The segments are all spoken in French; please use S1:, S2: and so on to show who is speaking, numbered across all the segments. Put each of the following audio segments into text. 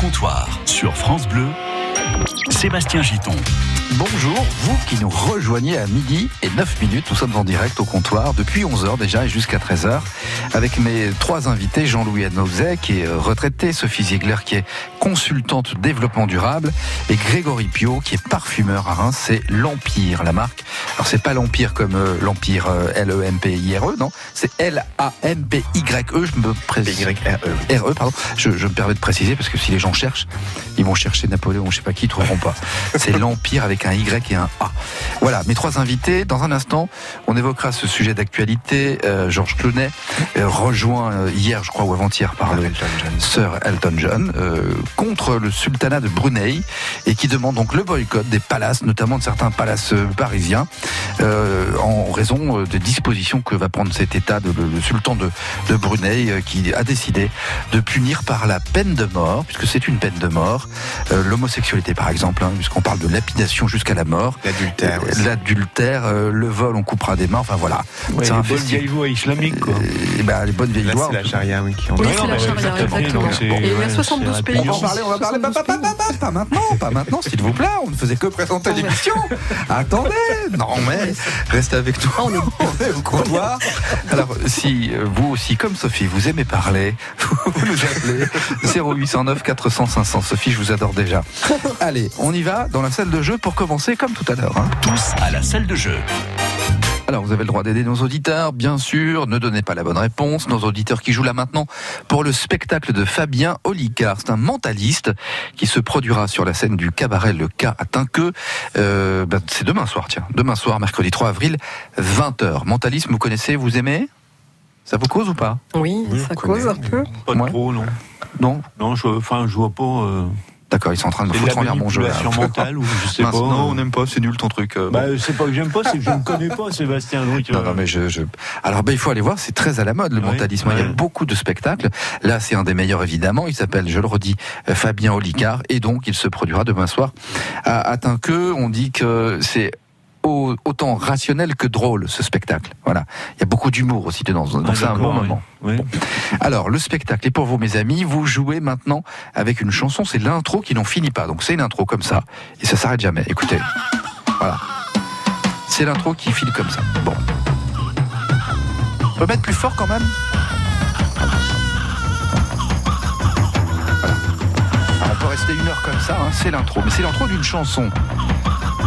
S1: comptoir sur France Bleu, Sébastien Giton.
S2: Bonjour, vous qui nous rejoignez à midi et 9 minutes. Nous sommes en direct au comptoir depuis 11h déjà et jusqu'à 13h avec mes trois invités, Jean-Louis Adnouzet qui est retraité, Sophie Ziegler qui est consultante développement durable et Grégory Pio qui est parfumeur à Reims. C'est l'Empire, la marque. Alors c'est pas l'Empire comme euh, l'Empire euh, L-E-M-P-I-R-E, non C'est L-A-M-P-Y-E, E, je me précise. R-E, pardon. Je, je me permets de préciser parce que si les gens cherchent, ils vont chercher Napoléon, je sais pas qui, ils trouveront pas. C'est l'Empire avec un Y et un A. Voilà, mes trois invités. Dans un instant, on évoquera ce sujet d'actualité. Euh, Georges Clooney, euh, rejoint euh, hier, je crois, ou avant-hier, par le Sir Elton John, euh, contre le sultanat de Brunei, et qui demande donc le boycott des palaces, notamment de certains palaces euh, parisiens, euh, en raison euh, des dispositions que va prendre cet État, de, le, le sultan de, de Brunei, euh, qui a décidé de punir par la peine de mort, puisque c'est une peine de mort, euh, l'homosexualité par exemple, hein, puisqu'on parle de lapidation jusqu'à la mort,
S3: L'adultère.
S2: euh, l'adultère, euh, le vol, on coupera des mains, enfin voilà.
S4: Ouais,
S2: C'est un
S4: les bonnes
S2: festival.
S4: vieilles voix islamiques, quoi.
S2: Euh, et ben, les bonnes vieilles
S3: Là,
S2: lois,
S3: c'est la charia, oui, qui en
S5: Oui,
S4: Ouais,
S5: c'est
S4: non,
S5: la
S4: mais
S5: charia, exactement.
S4: donc c'est-
S5: Et il y a
S4: ouais,
S5: 72
S4: c'est
S5: pays.
S2: On va en
S4: rapide.
S2: parler, on va parler. Pas, pas, pas, pas, pas, pas maintenant, pas maintenant, s'il vous plaît. On ne faisait que présenter l'émission. Attendez. Non, mais restez avec nous. On est au comptoir. Alors, si euh, vous aussi, comme Sophie, vous aimez parler, vous nous appelez 0809 400 500. Sophie, je vous adore déjà. Allez, on y va dans la salle de jeu pour commencer comme tout à l'heure. hein.
S1: Tous à la salle de jeu.
S2: Alors, vous avez le droit d'aider nos auditeurs, bien sûr. Ne donnez pas la bonne réponse. Nos auditeurs qui jouent là maintenant pour le spectacle de Fabien Olicard. C'est un mentaliste qui se produira sur la scène du cabaret Le Cas à Tinqueux. Euh, ben, c'est demain soir, tiens. Demain soir, mercredi 3 avril, 20h. Mentalisme, vous connaissez, vous aimez Ça vous cause ou pas
S5: Oui, ça cause un peu.
S4: Pas
S2: Ouais.
S4: trop, non.
S2: Non
S4: Non, je, enfin, je vois pas. Euh,
S2: D'accord, ils sont en train de me
S4: c'est de
S2: foutre en
S4: la
S2: l'air mon jeu. là.
S4: manipulation mentale ou je sais pas.
S2: Mince, non, on
S4: euh,
S2: n'aime pas, c'est nul ton truc. euh, bon.
S4: bah, c'est pas que j'aime pas, c'est que je ne connais pas Sébastien. Donc,
S2: Non,
S4: euh,
S2: non, mais je, je- Alors, ben, il faut aller voir, c'est très à la mode, le
S4: Oui,
S2: mentalisme. Il y a
S4: oui.
S2: beaucoup de spectacles. Là, c'est un des meilleurs, évidemment. Il s'appelle, je le redis, euh, Fabien Olicard. Et donc, il se produira demain soir à, à Tinqueux. On dit que c'est au- autant rationnel que drôle, ce spectacle. Voilà. Il y a beaucoup d'humour aussi dedans. Donc,
S4: ah,
S2: c'est un
S4: d'accord,
S2: bon
S4: oui.
S2: moment.
S4: Oui.
S2: Alors, le spectacle est pour vous, mes amis. Vous jouez maintenant avec une chanson. C'est l'intro qui n'en finit pas. Donc, c'est une intro comme ça. Et ça s'arrête jamais. Écoutez. Voilà. C'est l'intro qui file comme ça. Bon. On peut mettre plus fort quand même Voilà. Alors, On peut rester une heure comme ça. hein. C'est l'intro. Mais c'est l'intro d'une chanson.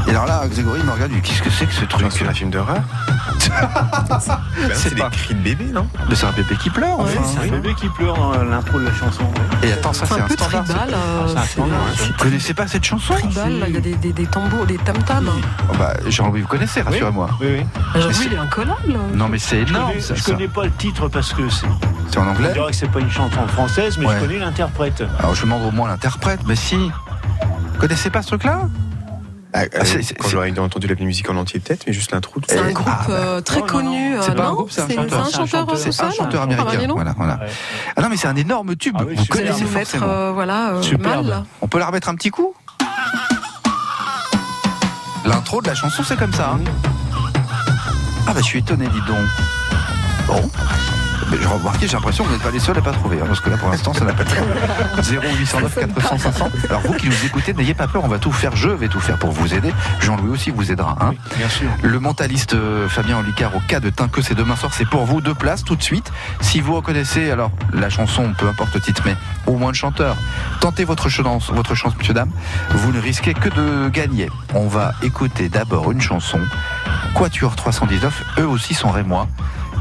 S2: Et alors là, Grégory me regarde, il dit, qu'est-ce que c'est que ce truc
S3: C'est un film d'horreur Ben,
S2: C'est
S3: C'est des
S2: pas- Ah,
S3: cris de bébé, non
S2: Mais c'est un bébé qui pleure,
S4: Ouais,
S2: enfin.
S4: c'est un bébé qui pleure dans l'intro de la chanson. ouais.
S2: Et attends, ça
S5: C'est
S2: c'est
S5: un
S2: un
S5: peu
S2: standard.
S5: tribal. euh,
S4: c'est un
S5: c'est-
S4: standard,
S2: Vous connaissez pas cette chanson
S5: Tribal, là, il y a des, des, des tambours, des tam-tams. hein.
S2: Oh bah, Jean-Louis, vous connaissez, rassurez-moi.
S4: Oui, oui.
S5: J'avoue,
S2: c'est-
S5: il est incollable.
S2: Non, mais c'est
S4: Je
S2: énorme.
S4: connais-
S2: ça,
S4: je
S2: ça.
S4: connais pas le titre parce que c'est.
S2: C'est en
S4: On
S2: anglais
S4: dirait que c'est pas une chanson française, mais
S2: Ouais.
S4: je connais l'interprète.
S2: Alors, je demande au moins l'interprète, mais si. Vous connaissez pas ce truc-là
S3: Ah, euh,
S2: c'est- c'est-
S3: Quand j'aurais entendu la musique en entier, peut-être, mais juste l'intro.
S5: C'est
S2: Eh,
S5: un groupe
S2: ah, bah.
S5: euh, très
S4: Non, non,
S5: connu.
S4: non,
S5: euh,
S4: c'est
S2: pas un
S5: non
S2: groupe, c'est un
S5: c'est
S2: chanteur.
S5: un chanteur euh,
S4: C'est
S5: tout
S4: un
S2: C'est
S5: seul
S2: un chanteur
S5: Ah, bah, dis
S2: américain.
S5: donc.
S2: Voilà, voilà.
S4: Ouais.
S2: Ah non, mais c'est un énorme tube.
S4: Ah oui,
S2: vous
S4: super.
S5: Vous allez
S2: connaissez
S5: nous mettre,
S2: forcément.
S5: euh, voilà, euh,
S4: Superbe.
S5: mal, là.
S2: On peut la remettre un petit coup L'intro de la chanson, c'est comme ça. hein. Ah bah je suis étonné, dis donc. Bon. Mais j'ai remarqué, j'ai l'impression que vous n'êtes pas les seuls à pas trouver, hein, parce que là pour l'instant ça n'a pas de 0809 400 500. Alors vous qui nous écoutez, n'ayez pas peur, on va tout faire, je vais tout faire pour vous aider. Jean-Louis aussi vous aidera. hein.
S4: Oui, bien sûr.
S2: Le mentaliste euh, Fabien Olicard au cas de Tinqueux, c'est demain soir, c'est pour vous, deux places tout de suite. Si vous reconnaissez, alors la chanson, peu importe le titre, mais au moins le chanteur, tentez votre chance, votre chance, monsieur, dame. Vous ne risquez que de gagner. On va écouter d'abord une chanson, Quatuor 319, eux aussi sont rémois.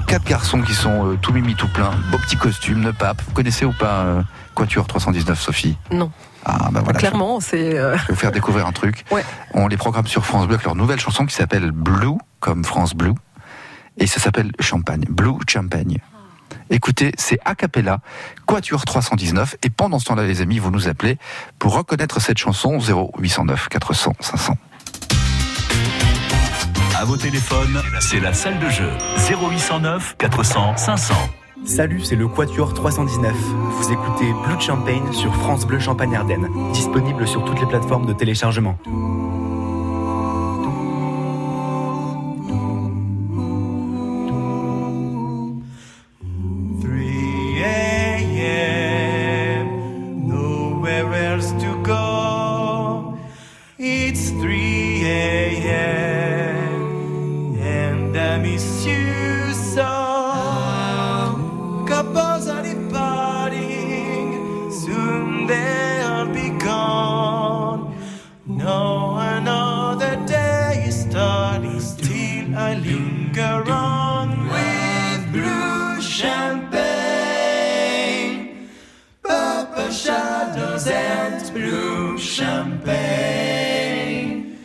S2: Quatre garçons qui sont euh, tout mimi, tout plein, beau petit costume, ne pape. Vous connaissez ou pas euh, Quatuor 319, Sophie
S5: Non.
S2: Ah, ben voilà.
S5: Clairement, c'est. euh,
S2: Je vais vous faire découvrir un truc.
S5: Ouais.
S2: On les programme sur France Bleu avec leur nouvelle chanson qui s'appelle Blue, comme France Blue. Et ça s'appelle Champagne. Blue Champagne. Écoutez, c'est a cappella, Quatuor 319. Et pendant ce temps-là, les amis, vous nous appelez pour reconnaître cette chanson 0809 400 500.
S1: À vos téléphones, c'est la salle de jeu. 0809 400 500.
S6: Salut, c'est le Quatuor 319. Vous écoutez Blue Champagne sur France Bleu Champagne Ardenne, disponible sur toutes les plateformes de téléchargement.
S7: am nowhere blue champagne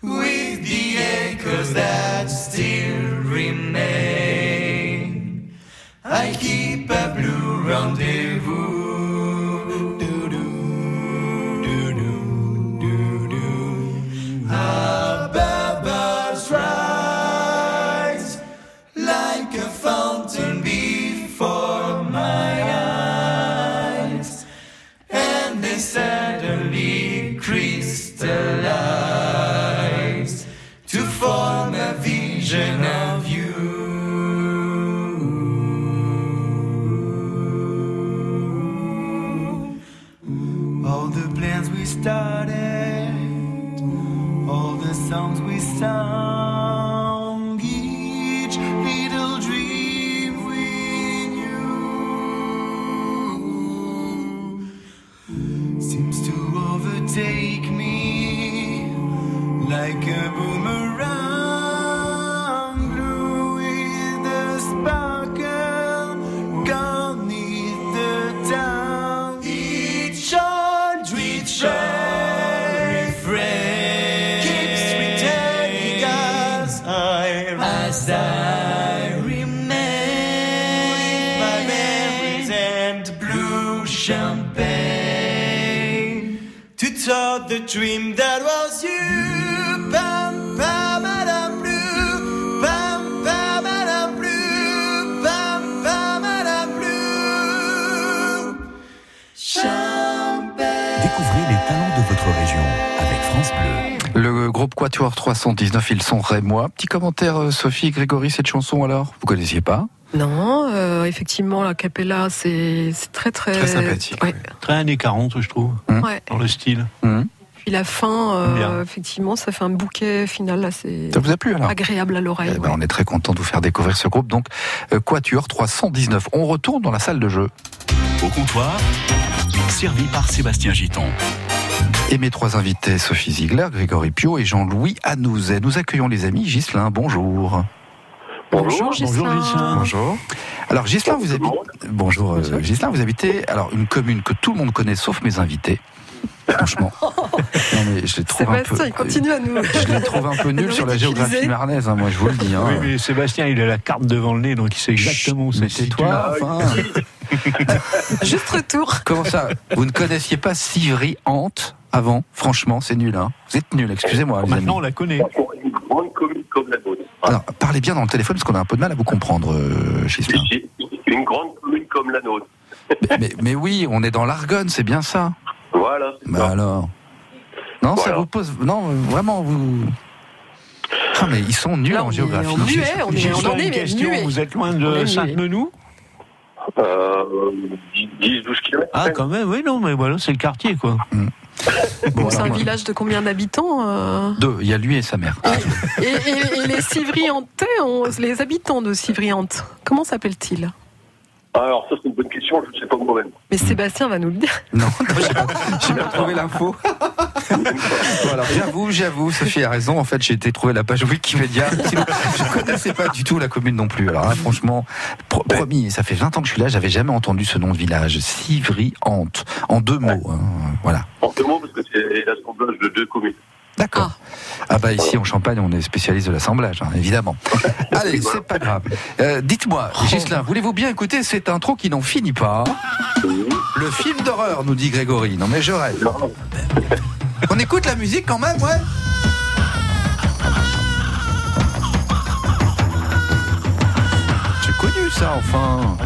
S7: with the echoes that still remain. I keep a blue rendezvous. Doo-doo, doo-doo, doo-doo. A bubbles rise like a fountain before my eyes, and they suddenly crystallize to form a vision of you. All the plans we started, all the songs we sung, each little dream we knew seems to overtake me like a boomerang. Blue in the sparkle, gone neath the down. Each old refrain keeps returning as I, as I remain. My memories and blue champagne to talk the dream that was you. Pam, pam, madame blue. Pam, pam, madame blue. Pam, pam, madame blue. Champagne.
S1: Découvrez les talents de votre région avec France Bleu.
S2: Le groupe Quatuor 319, ils sont Rémois. Petit commentaire, euh, Sophie, Grégory, cette chanson alors Vous connaissiez pas
S5: Non, euh, effectivement, la capella, c'est c'est très très.
S3: Très sympathique,
S5: Ouais.
S3: oui.
S4: Très années 40, je trouve,
S5: Ouais.
S4: dans le style.
S5: Puis la fin, euh,
S4: Bien.
S5: effectivement, ça fait un bouquet final assez
S2: Ça vous a plu alors
S5: agréable à l'oreille.
S2: Eh ben,
S5: ouais.
S2: on est très content de vous faire découvrir ce groupe. Donc, euh, Quatuor 319. On retourne dans la salle de jeu.
S1: Au comptoir, servi par Sébastien Giton.
S2: Et mes trois invités, Sophie Ziegler, Grégory Pio et Jean-Louis Anouzet. Nous accueillons les amis. Ghislain, bonjour.
S5: Bonjour,
S4: Bonjour, Gislain.
S3: Bonjour.
S2: Alors, Ghislain, vous habitez. Bonjour, euh, Ghislain, vous habitez. Alors, une commune que tout le monde connaît sauf mes invités. Franchement.
S5: Oh.
S2: non, mais je les trouve un peu.
S5: Sébastien, il continue à nous.
S2: Je les trouve un peu nuls
S5: Ils
S2: sur
S5: ont
S2: la géographie
S5: ridiculisé.
S2: marnaise, hein, moi, je vous le dis. hein.
S4: Oui, mais Sébastien, il a la carte devant le nez, donc il sait exactement où
S2: Chut, mais
S4: c'est.
S2: tais-toi, enfin.
S5: Juste retour.
S2: Comment ça Vous ne connaissiez pas Sivry Hante avant Franchement, c'est nul. Hein. Vous êtes nul, excusez-moi. les
S4: Maintenant, on
S2: amis.
S4: la connaît.
S8: Pour une grande commune comme la nôtre.
S2: Alors, parlez bien dans le téléphone parce qu'on a un peu de mal à vous comprendre, euh, Ghislain.
S8: J'ai- Une grande commune comme la nôtre.
S2: mais, mais oui, on est dans l'Argonne, c'est bien ça.
S8: Voilà. c'est
S2: Bah
S8: ça.
S2: alors. Non, ça
S8: Voilà.
S2: vous pose. Non, euh, vraiment, vous. Ah, mais ils sont nuls
S5: Là,
S2: en
S5: on est
S2: géographie.
S5: en muet, on est
S4: Gislain,
S5: en
S4: une
S5: année, mais
S4: question.
S5: muet.
S4: Vous êtes loin
S5: On est
S4: de
S5: muet.
S4: Sainte-Menou
S8: Euh, 10-12 km.
S4: Ah, quand même, oui, non, mais voilà, c'est le quartier,
S5: Euh,
S4: quoi.
S2: Bon,
S5: Bon, c'est
S2: alors,
S5: un
S2: moi,
S5: village de combien d'habitants euh,
S2: Deux, il y a lui et sa mère.
S5: et, et- et les Civriantais, on- les habitants de Civriantes, comment s'appellent-ils
S8: Alors, ça, c'est une bonne question, je ne sais pas moi-même.
S5: Mais Sébastien va nous le dire.
S2: Non, j'ai pas, j'ai pas trouvé l'info. Bon, alors, j'avoue, j'avoue, Sophie a raison. En fait, j'ai été trouver la page Wikipédia. Sinon, je connaissais pas du tout la commune non plus. Alors là, franchement, pro- promis, ça fait 20 ans que je suis là, j'avais jamais entendu ce nom de village. Sivry-Hante. En deux mots. hein, Voilà.
S8: En deux mots, parce que c'est l'assemblage de deux communes.
S2: D'accord. Ah. bah ici en Champagne, on est spécialiste de l'assemblage, hein, évidemment. Allez, c'est pas grave. Euh, Dites-moi, Gislain, voulez-vous bien écouter cette intro qui n'en finit pas hein Le film d'horreur, nous dit Grégory. Non mais je rêve. On écoute la musique quand même, ouais C'est connu ça, enfin.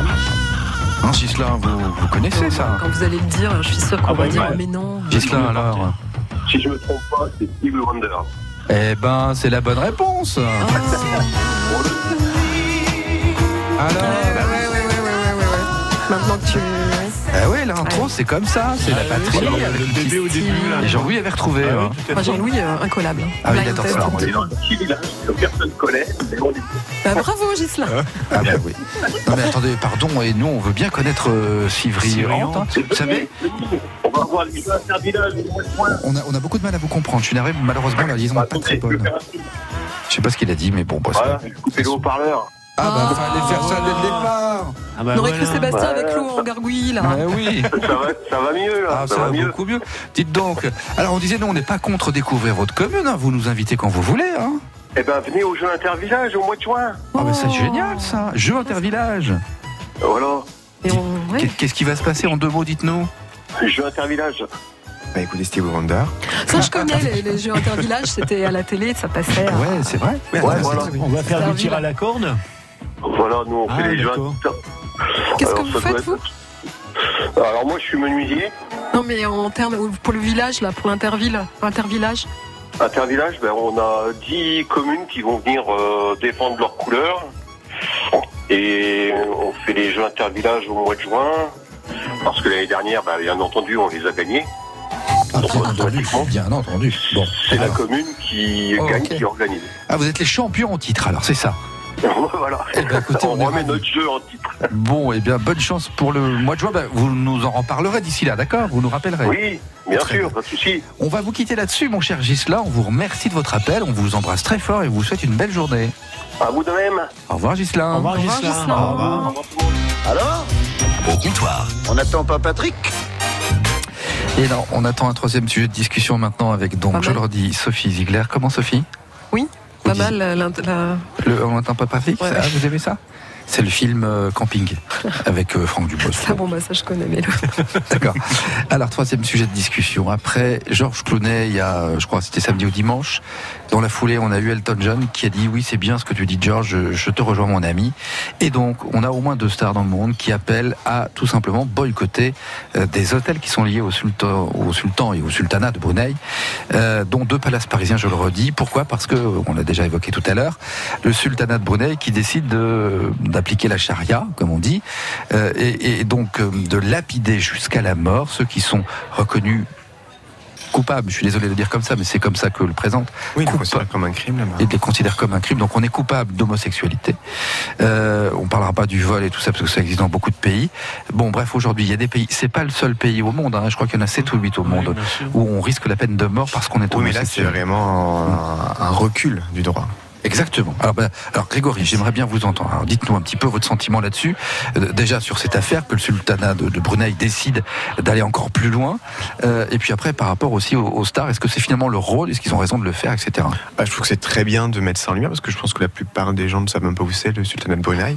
S2: Hein, Gislain, vous, vous connaissez ça hein,
S5: Quand vous allez le dire, je suis sûre qu'on
S4: Ah,
S5: va
S4: bah,
S5: dire
S4: ouais.
S5: mais non.
S2: Gislain, alors
S8: Si je ne me trompe pas, c'est Steve Wonder.
S2: Eh ben, c'est la bonne réponse
S5: Ah,
S2: Alors,
S5: Ah, maintenant que tu. ouais. Ah,
S2: Ah oui, l'intro, c'est comme ça, c'est la patrie.
S4: euh, Le bébé au début, là.
S2: Et Jean-Louis avait retrouvé.
S4: Ah
S2: hein.
S4: oui, tout à
S5: Moi,
S4: fait.
S5: Jean-Louis, euh, incollable.
S2: Ah oui, il
S5: Blind
S2: adore
S5: test.
S2: ça.
S8: On est dans un petit village que personne ne connaît, mais on est
S5: Bah, bravo, Gislain.
S2: Ah bah oui. Non mais attendez, pardon, et nous on veut bien connaître euh, Sivry
S4: Sivry
S2: Hante, hein. Vous savez,
S8: On va voir le village, c'est un village, on va voir.
S2: on a, on a beaucoup de mal à vous comprendre. Je suis navré, malheureusement la liaison n'est pas très
S8: Attendez, je vais
S2: bonne.
S8: faire un truc.
S2: Je sais pas ce qu'il a dit, mais bon, bah, c'est-
S8: Voilà, je vais couper le haut-parleur.
S2: Ah, bah,
S5: Ah.
S2: fallait faire ça dès le départ.
S4: Ah bah
S5: on aurait cru
S4: voilà.
S5: Sébastien avec l'eau en gargouille, là.
S2: Ah, oui.
S8: Ça va, ça va mieux là,
S2: Ah, ça va
S8: mieux.
S2: beaucoup mieux. Dites donc. Alors, on disait, nous, on n'est pas contre découvrir votre commune. hein. Vous nous invitez quand vous voulez. Hein.
S8: Eh ben venez au jeu intervillage au mois de juin.
S2: Ah, bah, c'est
S5: Oh.
S2: génial, ça. Jeu intervillage.
S8: Voilà,
S5: Et on- ouais.
S2: Qu'est- Qu'est-ce qui va se passer en deux mots, dites-nous
S8: jeu intervillage.
S2: Eh,
S3: Bah écoutez, Steve Wonder.
S5: Ça, je connais les, les jeux intervillage, c'était à la télé, ça passait. hein. à-
S2: Ouais, c'est vrai.
S3: Ouais,
S2: Ouais,
S8: voilà.
S2: c'est-
S4: On va faire
S5: Servir.
S4: du tir à la corde
S8: Voilà, nous on
S4: Ah,
S8: fait les jeux.
S4: d'accord.
S5: Qu'est-ce que
S8: Alors,
S5: vous
S8: ça doit
S5: faites, vous
S8: être- Alors moi je suis menuisier.
S5: Non, mais en termes. Pour le village, là, pour l'interville, intervillage.
S8: Intervillage, ben, on a 10 communes qui vont venir euh, défendre leurs couleurs. Et on fait les jeux intervillages au mois de juin. Parce que l'année dernière, ben, bien entendu, on les a gagnés.
S2: Ah, bien entendu. Bien entendu. Bon.
S8: C'est la
S2: alors.
S8: commune qui
S2: Oh,
S8: gagne,
S2: ok.
S8: qui organise.
S2: Ah, vous êtes les champions en titre, alors, c'est ça.
S8: voilà.
S2: Eh ben, écoutez,
S8: on
S2: on est
S8: remet
S2: ravis.
S8: notre jeu en titre.
S2: Bon, eh bien, bonne chance pour le mois de juin. Bah, vous nous en reparlerez d'ici là, d'accord Vous nous rappellerez.
S8: Oui, bien
S2: Très
S8: sûr,
S2: bien.
S8: pas de souci.
S2: On va vous quitter là-dessus, mon cher Gisela. On vous remercie de votre appel. On vous embrasse très fort et vous souhaite une belle journée.
S8: À vous de même.
S2: Au revoir, Gisela.
S4: Au revoir,
S5: revoir,
S4: Gislain.
S5: Gislain.
S4: Au revoir.
S7: bah.
S8: Au revoir tout le monde.
S7: Alors
S1: Au comptoir.
S7: On n'attend pas Patrick
S2: Et là, on attend un troisième sujet de discussion maintenant avec,
S5: Pas
S2: donc,
S5: mal.
S2: je leur dis, Sophie Ziegler. Comment, Sophie
S5: Pas mal, la- la- la-
S2: Le On n'attend pas Patrick
S5: Ouais.
S2: ça Vous aimez ça C'est le film euh, Camping avec euh, Franck Dubos.
S5: Ça, bon, bah, ça, je connais, mais le-
S2: D'accord. Alors, troisième sujet de discussion. Après Georges Clooney, il y a, euh, je crois, que c'était samedi ou dimanche. Dans la foulée, on a eu Elton John qui a dit Oui, c'est bien ce que tu dis, Georges, je, je te rejoins, mon ami. Et donc, on a au moins deux stars dans le monde qui appellent à tout simplement boycotter euh, des hôtels qui sont liés au sultan, au sultan et au sultanat de Brunei, euh, dont deux palaces parisiens, je le redis. Pourquoi Parce que, euh, on l'a déjà évoqué tout à l'heure, le sultanat de Brunei qui décide de- d'appliquer la charia, comme on dit, euh, et, et donc euh, de lapider jusqu'à la mort ceux qui sont reconnus coupables. Je suis désolé de le dire comme ça, mais c'est comme ça que le présente
S3: Oui,
S2: Coupe.
S3: on considère comme un crime là-bas.
S2: et de les considère comme un crime. Donc on est coupable d'homosexualité. Euh, on parlera pas du vol et tout ça parce que ça existe dans beaucoup de pays. Bon, bref, aujourd'hui il y a des pays. C'est pas le seul pays au monde. hein. je crois qu'il y en a 7 ou 8 au monde
S4: Oui, bien sûr.
S2: où on risque la peine de mort parce qu'on est
S3: Oui, mais là c'est
S2: homosexuel.
S3: vraiment un, un recul du droit.
S2: Exactement. Alors, ben, alors Grégory, j'aimerais bien vous entendre. Alors, dites-nous un petit peu votre sentiment là-dessus. Euh, déjà sur cette affaire que le sultanat de, de Brunei décide d'aller encore plus loin. Euh, et puis après, par rapport aussi aux, aux stars, est-ce que c'est finalement leur rôle Est-ce qu'ils ont raison de le faire, etc.
S3: Bah, je trouve que c'est très bien de mettre ça en lumière parce que je pense que la plupart des gens ne savent même pas où c'est le sultanat de Brunei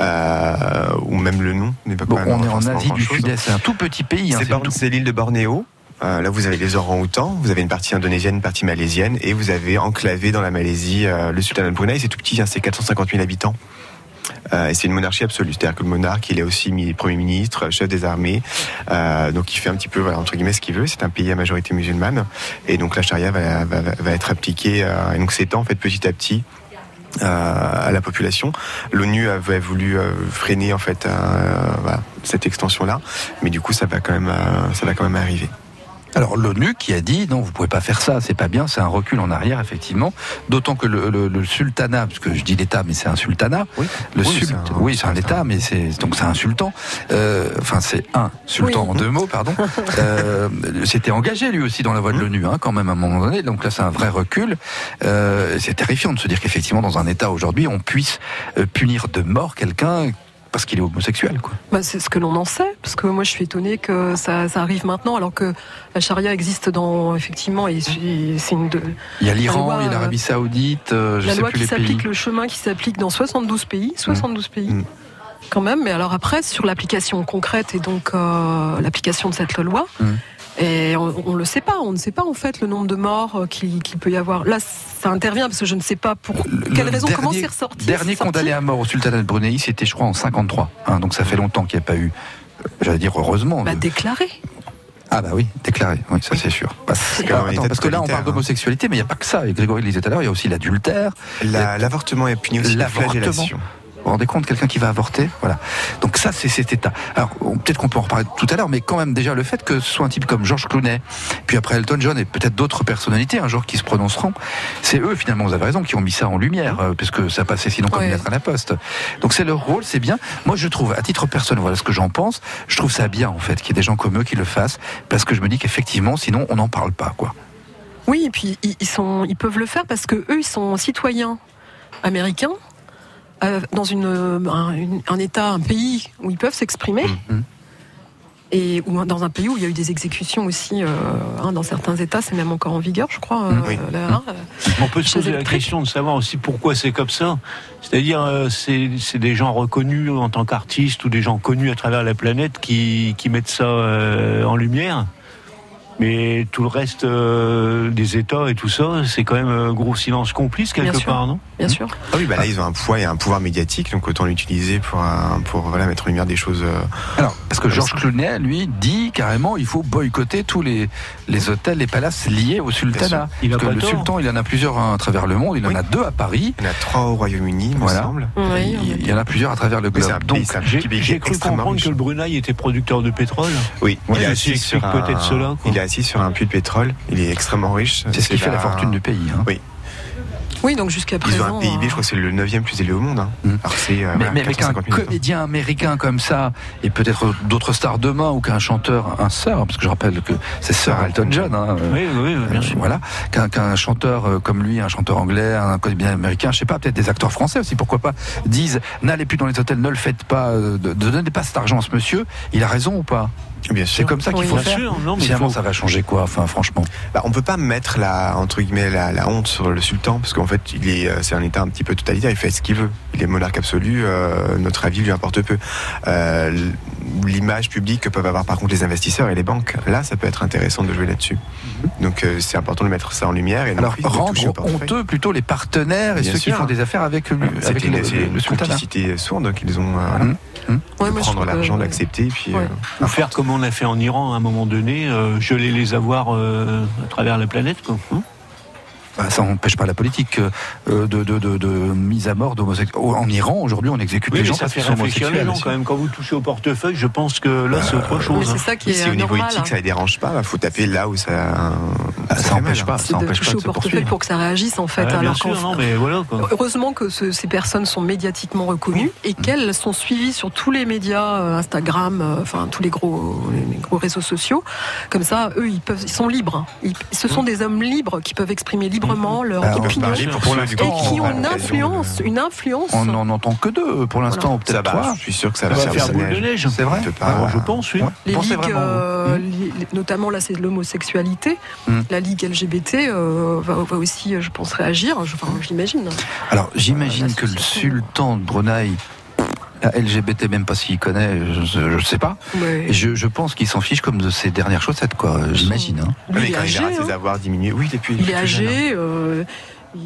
S3: Euh, ou même le nom n'est pas
S2: Bon,
S3: quand même
S2: on est en
S3: forcément
S2: Asie du
S3: grand-chose.
S2: Sud-Est, c'est un tout petit pays. hein,
S3: C'est
S2: c'est
S3: Bor-
S2: tout-
S3: C'est l'île de Bornéo. Euh, là, vous avez les orangs-outans, vous avez une partie indonésienne, une partie malaisienne, et vous avez enclavé dans la Malaisie euh, le sultanat de Brunei. C'est tout petit, hein, c'est 450 000 habitants. Euh, et c'est une monarchie absolue, c'est-à-dire que le monarque, il est aussi mi- premier ministre, chef des armées, euh, donc il fait un petit peu, voilà, entre guillemets, ce qu'il veut. C'est un pays à majorité musulmane, et donc la charia va, va- va être appliquée, euh, et donc s'étend en fait petit à petit euh, à la population. L'ONU avait voulu euh, freiner en fait euh, voilà, cette extension-là, mais du coup ça va quand même, euh, ça va quand même arriver.
S2: Alors l'ONU qui a dit non, vous pouvez pas faire ça, c'est pas bien, c'est un recul en arrière effectivement. D'autant que le, le- le sultanat, parce que je dis l'État, mais c'est un sultanat.
S3: Oui.
S2: Le
S3: Oui,
S2: sult-
S3: c'est un-
S2: oui, c'est un
S3: c'est
S2: État,
S3: un-
S2: mais c'est donc c'est un sultan. Euh, Enfin, c'est un sultan
S5: Oui.
S2: en deux mots, pardon. Euh, C'était engagé lui aussi dans la voie de l'ONU, hein, quand même à un moment donné. Donc là, c'est un vrai recul. Euh, c'est terrifiant de se dire qu'effectivement, dans un État aujourd'hui, on puisse euh, punir de mort quelqu'un parce qu'il est homosexuel, quoi.
S5: Bah, c'est ce que l'on en sait, parce que moi je suis étonnée que ça, ça arrive maintenant, alors que la charia existe dans, effectivement, et c'est c'est une de-
S2: Il y a l'Iran,
S5: loi,
S2: il y a
S5: euh,
S2: l'Arabie Saoudite, euh, je
S5: la
S2: sais
S5: loi
S2: plus
S5: qui
S2: les pays.
S5: s'applique, le chemin qui s'applique dans 72 pays, 72 pays,
S3: Mm.
S5: quand même. Mais alors après, sur l'application concrète et donc euh, l'application de cette loi,
S2: Mm.
S5: et on, ne le sait pas, on ne sait pas en fait le nombre de morts euh, qu'il qu'il peut y avoir. Là, ça intervient parce que je ne sais pas pour
S2: Le-
S5: quelle
S2: le
S5: raison, comment
S2: dernier-
S5: c'est ressorti.
S2: Dernier
S5: c'est sorti.
S2: condamné à mort au sultanat de Brunei, c'était je crois en 53. hein, donc ça fait longtemps qu'il n'y a pas eu, euh, j'allais dire heureusement.
S5: Bah,
S2: de-
S5: déclaré.
S2: Ah bah oui, déclaré, oui ça Ah, c'est sûr.
S5: Ah,
S2: Parce,
S3: C'est quand même un
S2: attends,
S3: état de
S2: parce que là on
S3: solitaire,
S2: parle
S3: hein.
S2: d'homosexualité, mais il n'y a pas que ça. Et Grégory le disait tout à l'heure, il y a aussi l'adultère.
S3: La- L'avortement est puni aussi la
S2: L'avortement.
S3: flagellation.
S2: Vous vous rendez compte, quelqu'un qui va avorter Voilà. Donc ça, c'est cet état. Alors, on- peut-être qu'on peut en reparler tout à l'heure, mais quand même, déjà, le fait que ce soit un type comme George Clooney, puis après Elton John et peut-être d'autres personnalités, un jour, qui se prononceront, c'est eux, finalement, vous avez raison, qui ont mis ça en lumière, euh, parce que ça passait sinon comme
S5: Ouais.
S2: une lettre à la poste. Donc c'est leur rôle, c'est bien. Moi, je trouve, à titre personnel, voilà ce que j'en pense, je trouve ça bien, en fait, qu'il y ait des gens comme eux qui le fassent, parce que je me dis qu'effectivement, sinon, on n'en parle pas, quoi.
S5: Oui, et puis ils, ils sont, ils peuvent le faire parce que eux, ils sont citoyens américains. euh, dans une, euh, un, une- un État, un pays où ils peuvent s'exprimer.
S3: Mm-hmm.
S2: Mhm.
S5: Et ou dans un pays où il y a eu des exécutions aussi, euh, hein, dans certains États, c'est même encore en vigueur, je crois. euh,
S3: Mm-hmm. Oui.
S5: là, hein, euh,
S4: On peut se
S5: Chez
S4: poser la
S5: Electric.
S4: question de savoir aussi pourquoi c'est comme ça. C'est-à-dire, euh, c'est c'est des gens reconnus en tant qu'artistes ou des gens connus à travers la planète qui, qui mettent ça euh, en lumière. Mais tout le reste euh, des États et tout ça, c'est quand même un gros silence complice
S5: Bien
S4: quelque
S5: sûr.
S4: part, non
S5: bien sûr.
S3: Ah oui, bah là, ils ont un poids et un pouvoir médiatique, donc autant l'utiliser pour, un- pour voilà, mettre en lumière des choses. euh,
S2: Alors, parce que Georges Clooney, lui, dit carrément il faut boycotter tous les, les hôtels, les palaces liés au sultanat.
S4: Il a
S2: Parce
S4: pas
S2: que le
S4: tort.
S2: sultan, il en a plusieurs hein, à travers le monde. Il
S3: Oui.
S2: en a deux à Paris.
S3: Il y en a trois au Royaume-Uni, il
S2: Voilà.
S3: me semble.
S5: Oui,
S2: il, il y en a plusieurs à travers le
S3: Oui, c'est un
S2: globe.
S3: pays,
S2: Donc,
S3: c'est un
S4: J'ai
S3: pays qui est
S4: j'ai cru
S3: extrêmement
S4: comprendre
S3: riche.
S4: que le Brunei était producteur de pétrole.
S2: Euh,
S3: Oui,
S4: Ouais,
S3: il, est
S4: ça
S3: assis
S4: explique
S3: sur un...
S4: peut-être cela, quoi.
S3: il est assis sur un puits de pétrole. Il est extrêmement riche.
S2: c'est ce qui fait la fortune du pays. hein.
S5: Oui, donc jusqu'à
S3: Ils ont
S5: présent. hein.
S3: un PIB, je crois que c'est le 9 plus élevé au monde. hein.
S2: Mm.
S3: Alors c'est euh,
S2: Mais,
S3: voilà,
S2: mais avec un
S3: 450 000 habitants.
S2: comédien américain comme ça, et peut-être d'autres stars demain, ou qu'un chanteur, un sœur, parce que je rappelle que c'est sœur Elton John, hein, euh,
S4: Oui, oui, bien sûr.
S2: Voilà, qu'un qu'un chanteur euh, comme lui, un chanteur anglais, un comédien américain, je sais pas, peut-être des acteurs français aussi, pourquoi pas, disent n'allez plus dans les hôtels, ne le faites pas, euh, de, de donnez pas cet argent à ce monsieur. Il a raison ou pas
S3: Bien
S2: C'est
S3: sûr.
S2: comme ça qu'il
S5: Oui.
S2: faut
S4: Bien
S2: faire.
S4: sûr, non, mais
S2: Finalement,
S4: faut-
S2: ça va changer quoi Enfin, franchement,
S3: Bah, on peut pas mettre la entre guillemets la, la honte sur le sultan parce qu'en fait il est euh, c'est un état un petit peu totalitaire. Il fait ce qu'il veut. Il est monarque absolu. euh, notre avis lui importe peu. Euh, l- L'image publique que peuvent avoir par contre les investisseurs et les banques. Là, ça peut être intéressant de jouer là-dessus. Donc euh, c'est important de mettre ça en lumière et non
S2: Mhm. alors
S3: plus de toucher au
S2: rendre
S3: portefeuille.
S2: honteux plutôt les partenaires et
S3: Bien
S2: ceux qui
S3: sûr.
S2: font des affaires avec, lui- avec
S3: C'était une, c'est
S2: le,
S3: une
S2: le sultanat.
S3: complicité sourde qu'ils ont euh,
S2: Mm.
S5: Ouais, moi,
S3: de
S5: je
S3: prendre
S5: trouve que-
S3: l'argent, de l'accepter, et puis
S5: Ouais.
S3: euh,
S4: Ou faire comme on a fait en Iran à un moment donné, euh, geler les avoirs euh, à travers la planète. Quoi. Hein
S2: Bah, ça n'empêche pas la politique euh, de, de, de- de mise à mort d'homosexuels. En Iran, aujourd'hui, on exécute
S4: Oui,
S2: les
S4: mais
S2: gens
S4: ça
S2: parce
S4: fait
S2: qu'ils sont
S4: réfléchir les
S2: homosexuels.
S4: gens quand même. Quand vous touchez au portefeuille, je pense que
S2: Bah,
S4: là, c'est autre
S5: Mais
S4: chose. hein.
S5: c'est ça qui est
S3: si
S5: euh,
S3: au niveau
S5: normal. hein.
S3: éthique ça ne dérange pas, il faut taper là où ça.
S2: Bah, ça
S3: fait mal,
S2: n'empêche
S3: hein.
S2: pas,
S5: C'est
S2: ça
S5: de
S2: empêche pas
S5: toucher
S2: de
S5: au
S2: se
S5: portefeuille
S2: poursuivre.
S5: pour que ça réagisse en fait.
S4: Ouais, Ah, bien
S5: alors
S4: sûr,
S5: qu'en-
S4: non, mais voilà. Quoi.
S5: Heureusement que ce- ces personnes sont médiatiquement reconnues et qu'elles sont suivies sur tous les médias, euh, Instagram, euh, enfin tous les gros, les gros réseaux sociaux. Comme ça, eux, ils, peuvent, ils sont libres. Ils- ce sont des hommes libres qui peuvent exprimer librement leur
S2: Bah, on
S5: opinion
S3: Parler
S5: et
S3: pour
S2: Pour
S3: ceux
S2: l'instant,
S3: du coup,
S5: qui ont
S2: on a
S3: auront
S5: une
S3: l'occasion
S5: influence,
S3: de-
S5: une influence.
S2: On n'en entend que deux pour l'instant,
S3: Ça
S2: peut-être
S3: va,
S2: trois.
S3: je suis sûr que ça
S4: Ça
S3: va
S4: va faire boule de
S3: neige.
S4: neige.
S2: C'est vrai Bah,
S3: On peut pas-
S4: Ah, je pense, oui.
S2: Ouais.
S5: Les
S2: Pensez
S5: ligues,
S2: vraiment, Mm-hmm.
S5: euh,
S2: vous.
S5: les- les- notamment là, c'est de l'homosexualité.
S2: Mhm.
S5: La ligue LGBT euh, va, va aussi, euh, je pense, réagir. Je- Enfin, j'imagine.
S2: Alors, j'imagine
S5: la
S2: que le
S5: société,
S2: sultan de Brunei, la LGBT, même pas s'il connaît, je ne sais pas.
S5: Mais-
S2: Et je, je pense qu'il s'en fiche comme de ses dernières chaussettes, quoi. euh, J'imagine. hein.
S5: Lui,
S3: Mais
S5: il est
S3: quand il
S5: âgé,
S3: verra
S5: hein.
S3: ses avoirs diminuer, oui, il est plus.
S5: Il est
S3: plus jeune, hein.
S5: âgé, euh, il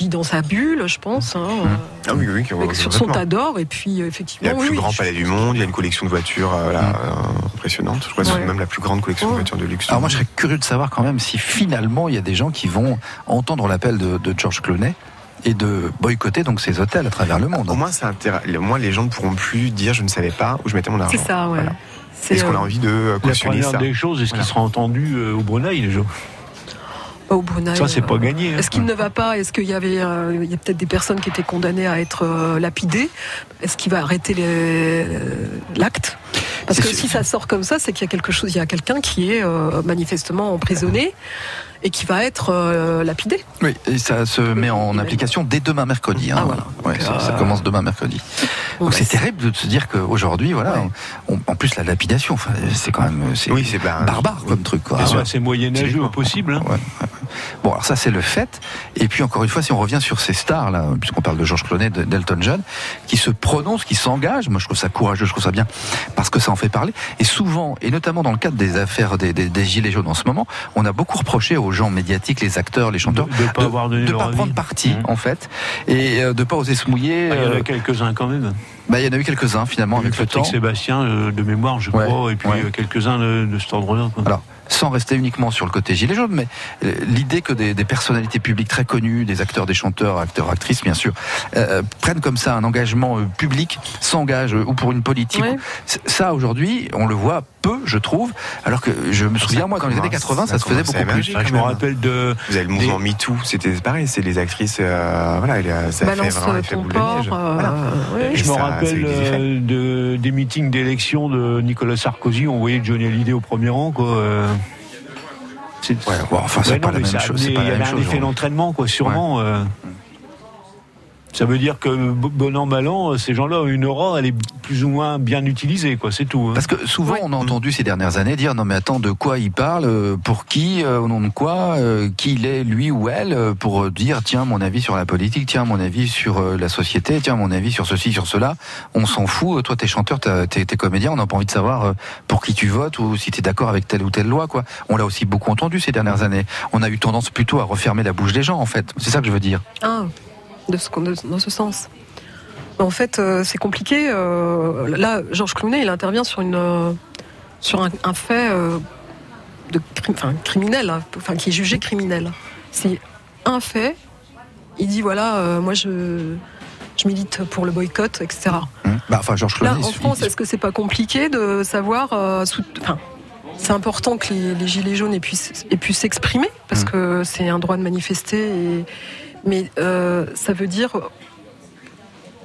S5: vit dans sa bulle, je pense, hein, euh,
S3: Ah oui, oui, oui,
S5: avec- sur son
S3: complètement.
S5: tas d'or, et puis euh,
S3: Il y a
S5: effectivement,
S3: le plus
S5: oui,
S3: grand
S5: je-
S3: palais du monde, il y a une collection de voitures euh, là,
S2: Mm.
S3: euh, impressionnante. Je crois que
S5: Ouais.
S3: c'est même la plus grande collection de
S5: Ouais.
S3: voitures de luxe.
S2: Alors, moi, je serais curieux de savoir quand même si finalement il y a des gens qui vont entendre l'appel de, de George Clooney et de boycotter donc ces hôtels à travers le monde.
S5: Ah,
S3: Au moins, c'est intér- au moins, les gens ne pourront plus dire je ne savais pas où je mettais mon
S5: c'est
S3: argent.
S5: ça, ouais.
S3: Voilà.
S5: C'est,
S3: Est-ce qu'on a
S5: euh,
S3: envie de euh,
S4: La
S3: cautionner
S2: hein.
S4: première
S3: ça
S4: des choses, est-ce
S3: Voilà.
S4: qu'il sera entendu euh, au Brunei déjà
S2: Ah
S5: pas au Brunei,
S4: Ça, c'est
S5: euh,
S4: pas gagné. hein.
S5: Est-ce qu'il ne va pas Est-ce qu'il y avait, euh, il y a peut-être des personnes qui étaient condamnées à être euh, lapidées Est-ce qu'il va arrêter les- euh, l'acte Parce
S2: C'est
S5: que
S2: sûr.
S5: si ça sort comme ça, c'est qu'il y a quelque chose, il y a quelqu'un qui est euh, manifestement emprisonné et qui va être euh, lapidé.
S2: Oui, et ça se met en application dès demain mercredi. hein.
S5: Ah, voilà.
S2: Ouais,
S5: Donc,
S2: ça, ça
S5: euh,
S2: commence demain mercredi.
S5: Bon,
S2: Donc
S5: bah,
S2: c'est terrible de se dire qu'aujourd'hui, voilà,
S5: Ouais.
S2: on- on- en plus la lapidation, enfin, c'est quand même c'est
S3: Oui, c'est
S5: ben,
S3: bah,
S2: barbare comme truc. Quoi.
S4: Ah,
S2: Ah,
S4: ouais, c'est moyenâgeux au possible. hein.
S2: Ouais, ouais, ouais. Bon, alors ça c'est le fait. Et puis encore une fois, si on revient sur ces stars là, puisqu'on parle de Georges Clooney, de- d'Elton John, qui se prononcent, qui s'engagent. Moi, je trouve ça courageux, je trouve ça bien, parce que ça en fait parler. Et souvent, et notamment dans le cadre des affaires des, des- des gilets jaunes en ce moment, on a beaucoup reproché aux gens médiatiques, les acteurs, les chanteurs,
S4: De- de pas avoir donné
S2: de
S4: leur
S2: pas
S4: avis.
S2: prendre parti
S4: Mhm.
S2: en fait, et euh, de pas oser se mouiller.
S4: Ah, Il y en
S2: euh,
S4: a quelques-uns quand même.
S2: bah, il y en a eu quelques-uns finalement avec le temps.
S4: Patrick Sébastien, euh, de mémoire, je
S2: Ouais,
S4: crois, et puis
S2: ouais.
S4: euh, quelques-uns de, de cet ordre-là. quoi.
S2: Alors, sans rester uniquement sur le côté gilet jaune, mais euh, l'idée que des, des personnalités publiques très connues, des acteurs, des chanteurs, acteurs, actrices, bien sûr, euh, prennent comme ça un engagement euh, public, s'engagent euh, ou pour une politique.
S5: Ouais.
S2: C- Ça, aujourd'hui, on le voit peu, je trouve. Alors que je me souviens, moi, dans les
S3: commence-
S2: années 80, ça,
S3: ça
S2: se faisait
S3: commence à
S2: beaucoup plus.
S3: émerger.
S4: Ah, je me
S3: quand même.
S4: rappelle de,
S3: Vous avez le mouvement MeToo, c'était pareil, c'est les actrices, euh, voilà, il a- ça
S5: balance
S3: fait vraiment
S5: euh,
S3: effet
S5: ton
S3: boule de
S5: port.
S3: neige.
S5: euh,
S3: Voilà.
S5: ouais.
S3: Et
S4: Je me
S3: ça- ça a eu
S4: rappelle
S3: des effets.
S4: euh, de, des meetings d'élection de Nicolas Sarkozy. On voyait Johnny Hallyday au premier rang, quoi. euh. C'est
S2: Ouais, bon, enfin, c'est
S4: Ouais,
S2: pas
S4: non,
S2: la
S4: mais
S2: même
S4: ça a
S2: chose.
S4: amené-
S2: c'est pas
S4: Il y
S2: la même
S4: avait un
S2: chose,
S4: effet
S2: aujourd'hui.
S4: d'entraînement, quoi, sûrement. euh. Ça veut dire que bo- bon an, mal an, ces gens-là ont une aura, elle est plus ou moins bien utilisée, quoi, c'est tout. hein.
S2: Parce que souvent,
S5: Oui.
S2: on a entendu ces dernières années dire non mais attends, de quoi il parle, euh, pour qui, euh, au nom de quoi, euh, qui il est, lui ou elle, euh, pour dire tiens mon avis sur la politique, tiens mon avis sur euh, la société, tiens mon avis sur ceci, sur cela. On s'en fout. Euh, Toi t'es chanteur, t'as- t'es t'es comédien, on n'a pas envie de savoir euh, pour qui tu votes ou si t'es d'accord avec telle ou telle loi quoi. On l'a aussi beaucoup entendu ces dernières années. On a eu tendance plutôt à refermer la bouche des gens en fait. C'est ça que je veux dire.
S5: Ah, de ce, de- dans ce sens. En fait, euh, c'est compliqué. euh, là, Georges Clooney, il intervient sur, une, euh, sur un, un fait euh, de cri- enfin, criminel, hein, enfin, qui est jugé criminel. C'est un fait. Il dit voilà, euh, moi je, je milite pour le boycott, etc.
S2: Hein bah, enfin Georges
S5: Là,
S2: Clooney.
S5: en
S2: il-
S5: France,
S2: il-
S5: est-ce que c'est pas compliqué de savoir euh, sous- enfin, c'est important que les, les gilets jaunes aient pu, s- aient pu s'exprimer parce
S2: Mm.
S5: que c'est un droit de manifester. et- mais euh, ça veut dire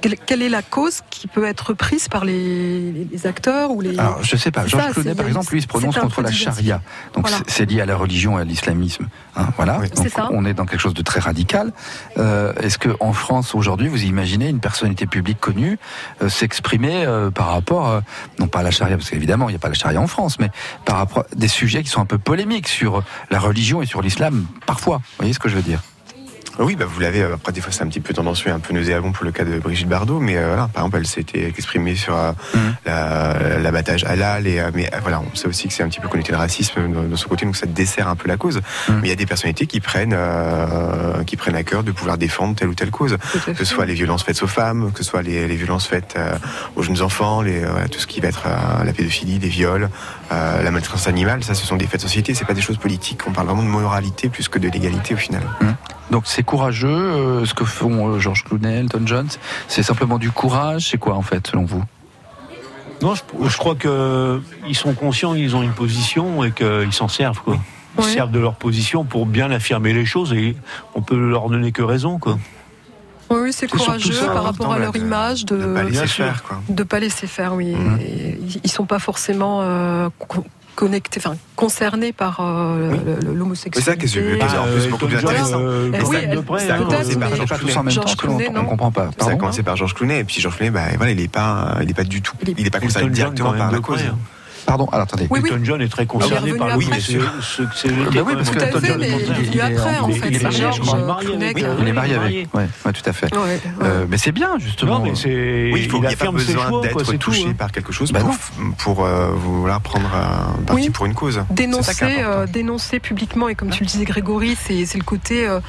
S5: quelle, quelle est la cause qui peut être prise par les, les- les acteurs ou les.
S2: Alors, je sais pas.
S5: C'est
S2: Georges
S5: ça,
S2: Clooney,
S5: c'est-
S2: par exemple, lui, il se
S5: c'est
S2: prononce
S5: un
S2: contre
S5: peu
S2: la
S5: diversifié.
S2: charia. Donc,
S5: Voilà.
S2: c'est c'est lié à la religion et à l'islamisme. Hein, voilà.
S3: Oui.
S2: Donc,
S5: C'est ça.
S2: on est dans quelque chose de très radical. Euh, Est-ce que en France aujourd'hui, vous imaginez une personnalité publique connue euh, s'exprimer euh, par rapport, euh, non pas à la charia, parce qu'évidemment, il n'y a pas la charia en France, mais par rapport à des sujets qui sont un peu polémiques sur euh, la religion et sur l'islam, parfois. Vous voyez ce que je veux dire
S3: Oui, bah, vous l'avez. euh, Après, des fois, c'est un petit peu tendancieux, un peu nauséabond pour le cas de Brigitte Bardot, mais euh, voilà, par exemple, elle s'était exprimée sur euh,
S2: Mhm.
S3: la- l'abattage halal, et, euh, mais euh, voilà, on sait aussi que c'est un petit peu connecté le racisme euh, dans, dans son côté, donc ça dessert un peu la cause.
S2: Mhm.
S3: Mais il y a des personnalités qui prennent, euh, qui prennent à cœur de pouvoir défendre telle ou telle cause,
S5: Tout à fait.
S3: que ce soit les violences faites aux femmes, que ce soit les, les violences faites euh, aux jeunes enfants, les, euh, voilà, tout ce qui va être euh, la pédophilie, les viols, euh, la maltraitance animale, ça, ce sont des faits de société, c'est pas des choses politiques. On parle vraiment de moralité plus que de légalité au final.
S2: Donc, c'est courageux euh, ce que font euh, Georges Clooney, Elton John. C'est simplement du courage. C'est quoi en fait, selon vous
S4: Non, je, je crois qu'ils sont conscients qu'ils ont une position et qu'ils s'en servent, quoi. Ils
S5: Ouais.
S4: servent de leur position pour bien affirmer les choses et on peut leur donner que raison, quoi.
S5: Oui, oui, c'est
S2: surtout
S5: courageux
S2: ça,
S5: par rapport à
S3: là,
S5: leur
S3: de-
S5: image de.
S3: ne pas laisser
S4: Bien sûr.
S3: faire, quoi.
S5: de pas laisser faire, oui.
S3: Mhm.
S5: Et ils- Ils sont pas forcément euh, con- connectés, enfin concernés par euh,
S3: Oui.
S5: le- le-
S3: C'est ça
S5: l'homosexualité.
S3: que je veux dire. En plus, c'est beaucoup plus
S5: Ah, Elton John,
S3: intéressant.
S4: Euh,
S5: Eh
S4: quand
S5: oui,
S4: même de près,
S5: elle-
S4: hein,
S5: peut-être,
S4: euh,
S5: mais-
S2: C'est
S3: Georges
S2: pas Ah, tous en même
S5: Georges
S2: temps, parce
S5: Clooney,
S2: qu'on on
S5: non.
S2: comprend pas.
S3: ça a
S2: Pardon
S3: commencé par Georges Clooney, et puis Georges Clooney, bah, voilà, il n'est pas, il est pas du tout,
S5: Il est-
S3: il est pas
S4: Elton
S3: concerné
S4: John,
S3: directement
S4: quand même,
S3: par la
S4: de
S3: cause.
S4: près, hein.
S2: Pardon, alors attendez.
S5: Oui, oui.
S4: Elton John est très concerné
S5: revenu
S4: par le
S5: après.
S4: coup.
S5: Oui,
S4: c'est- c'est- c'est-
S2: oui, parce que
S5: Tout à
S2: Elton
S5: fait,
S2: John
S5: mais
S2: est
S5: il est venu
S2: marié.
S5: après, en
S2: Il est-
S5: fait.
S2: il est
S5: C'est
S2: marié,
S5: Georges
S2: je crois.
S5: Clooney.
S4: Oui,
S2: Il est marié
S4: marié.
S2: avec. Ouais, ouais, tout à fait.
S5: Ouais, ouais.
S2: Euh, mais c'est bien, justement.
S4: Non, mais c'est.
S3: Oui, il faut
S4: il
S3: n'y a pas
S4: affirme ses
S3: besoin
S4: choix, quoi,
S3: d'être
S4: c'est tout.
S3: touché
S4: hein.
S3: par quelque chose
S2: Bah
S3: pour,
S2: non.
S3: f- pour euh, voilà, prendre euh, parti
S5: Oui.
S3: pour une cause. C'est ça qui
S5: Dénoncer,
S3: est important.
S5: euh, dénoncer publiquement, et comme tu le disais Grégory, c'est c'est le côté euh,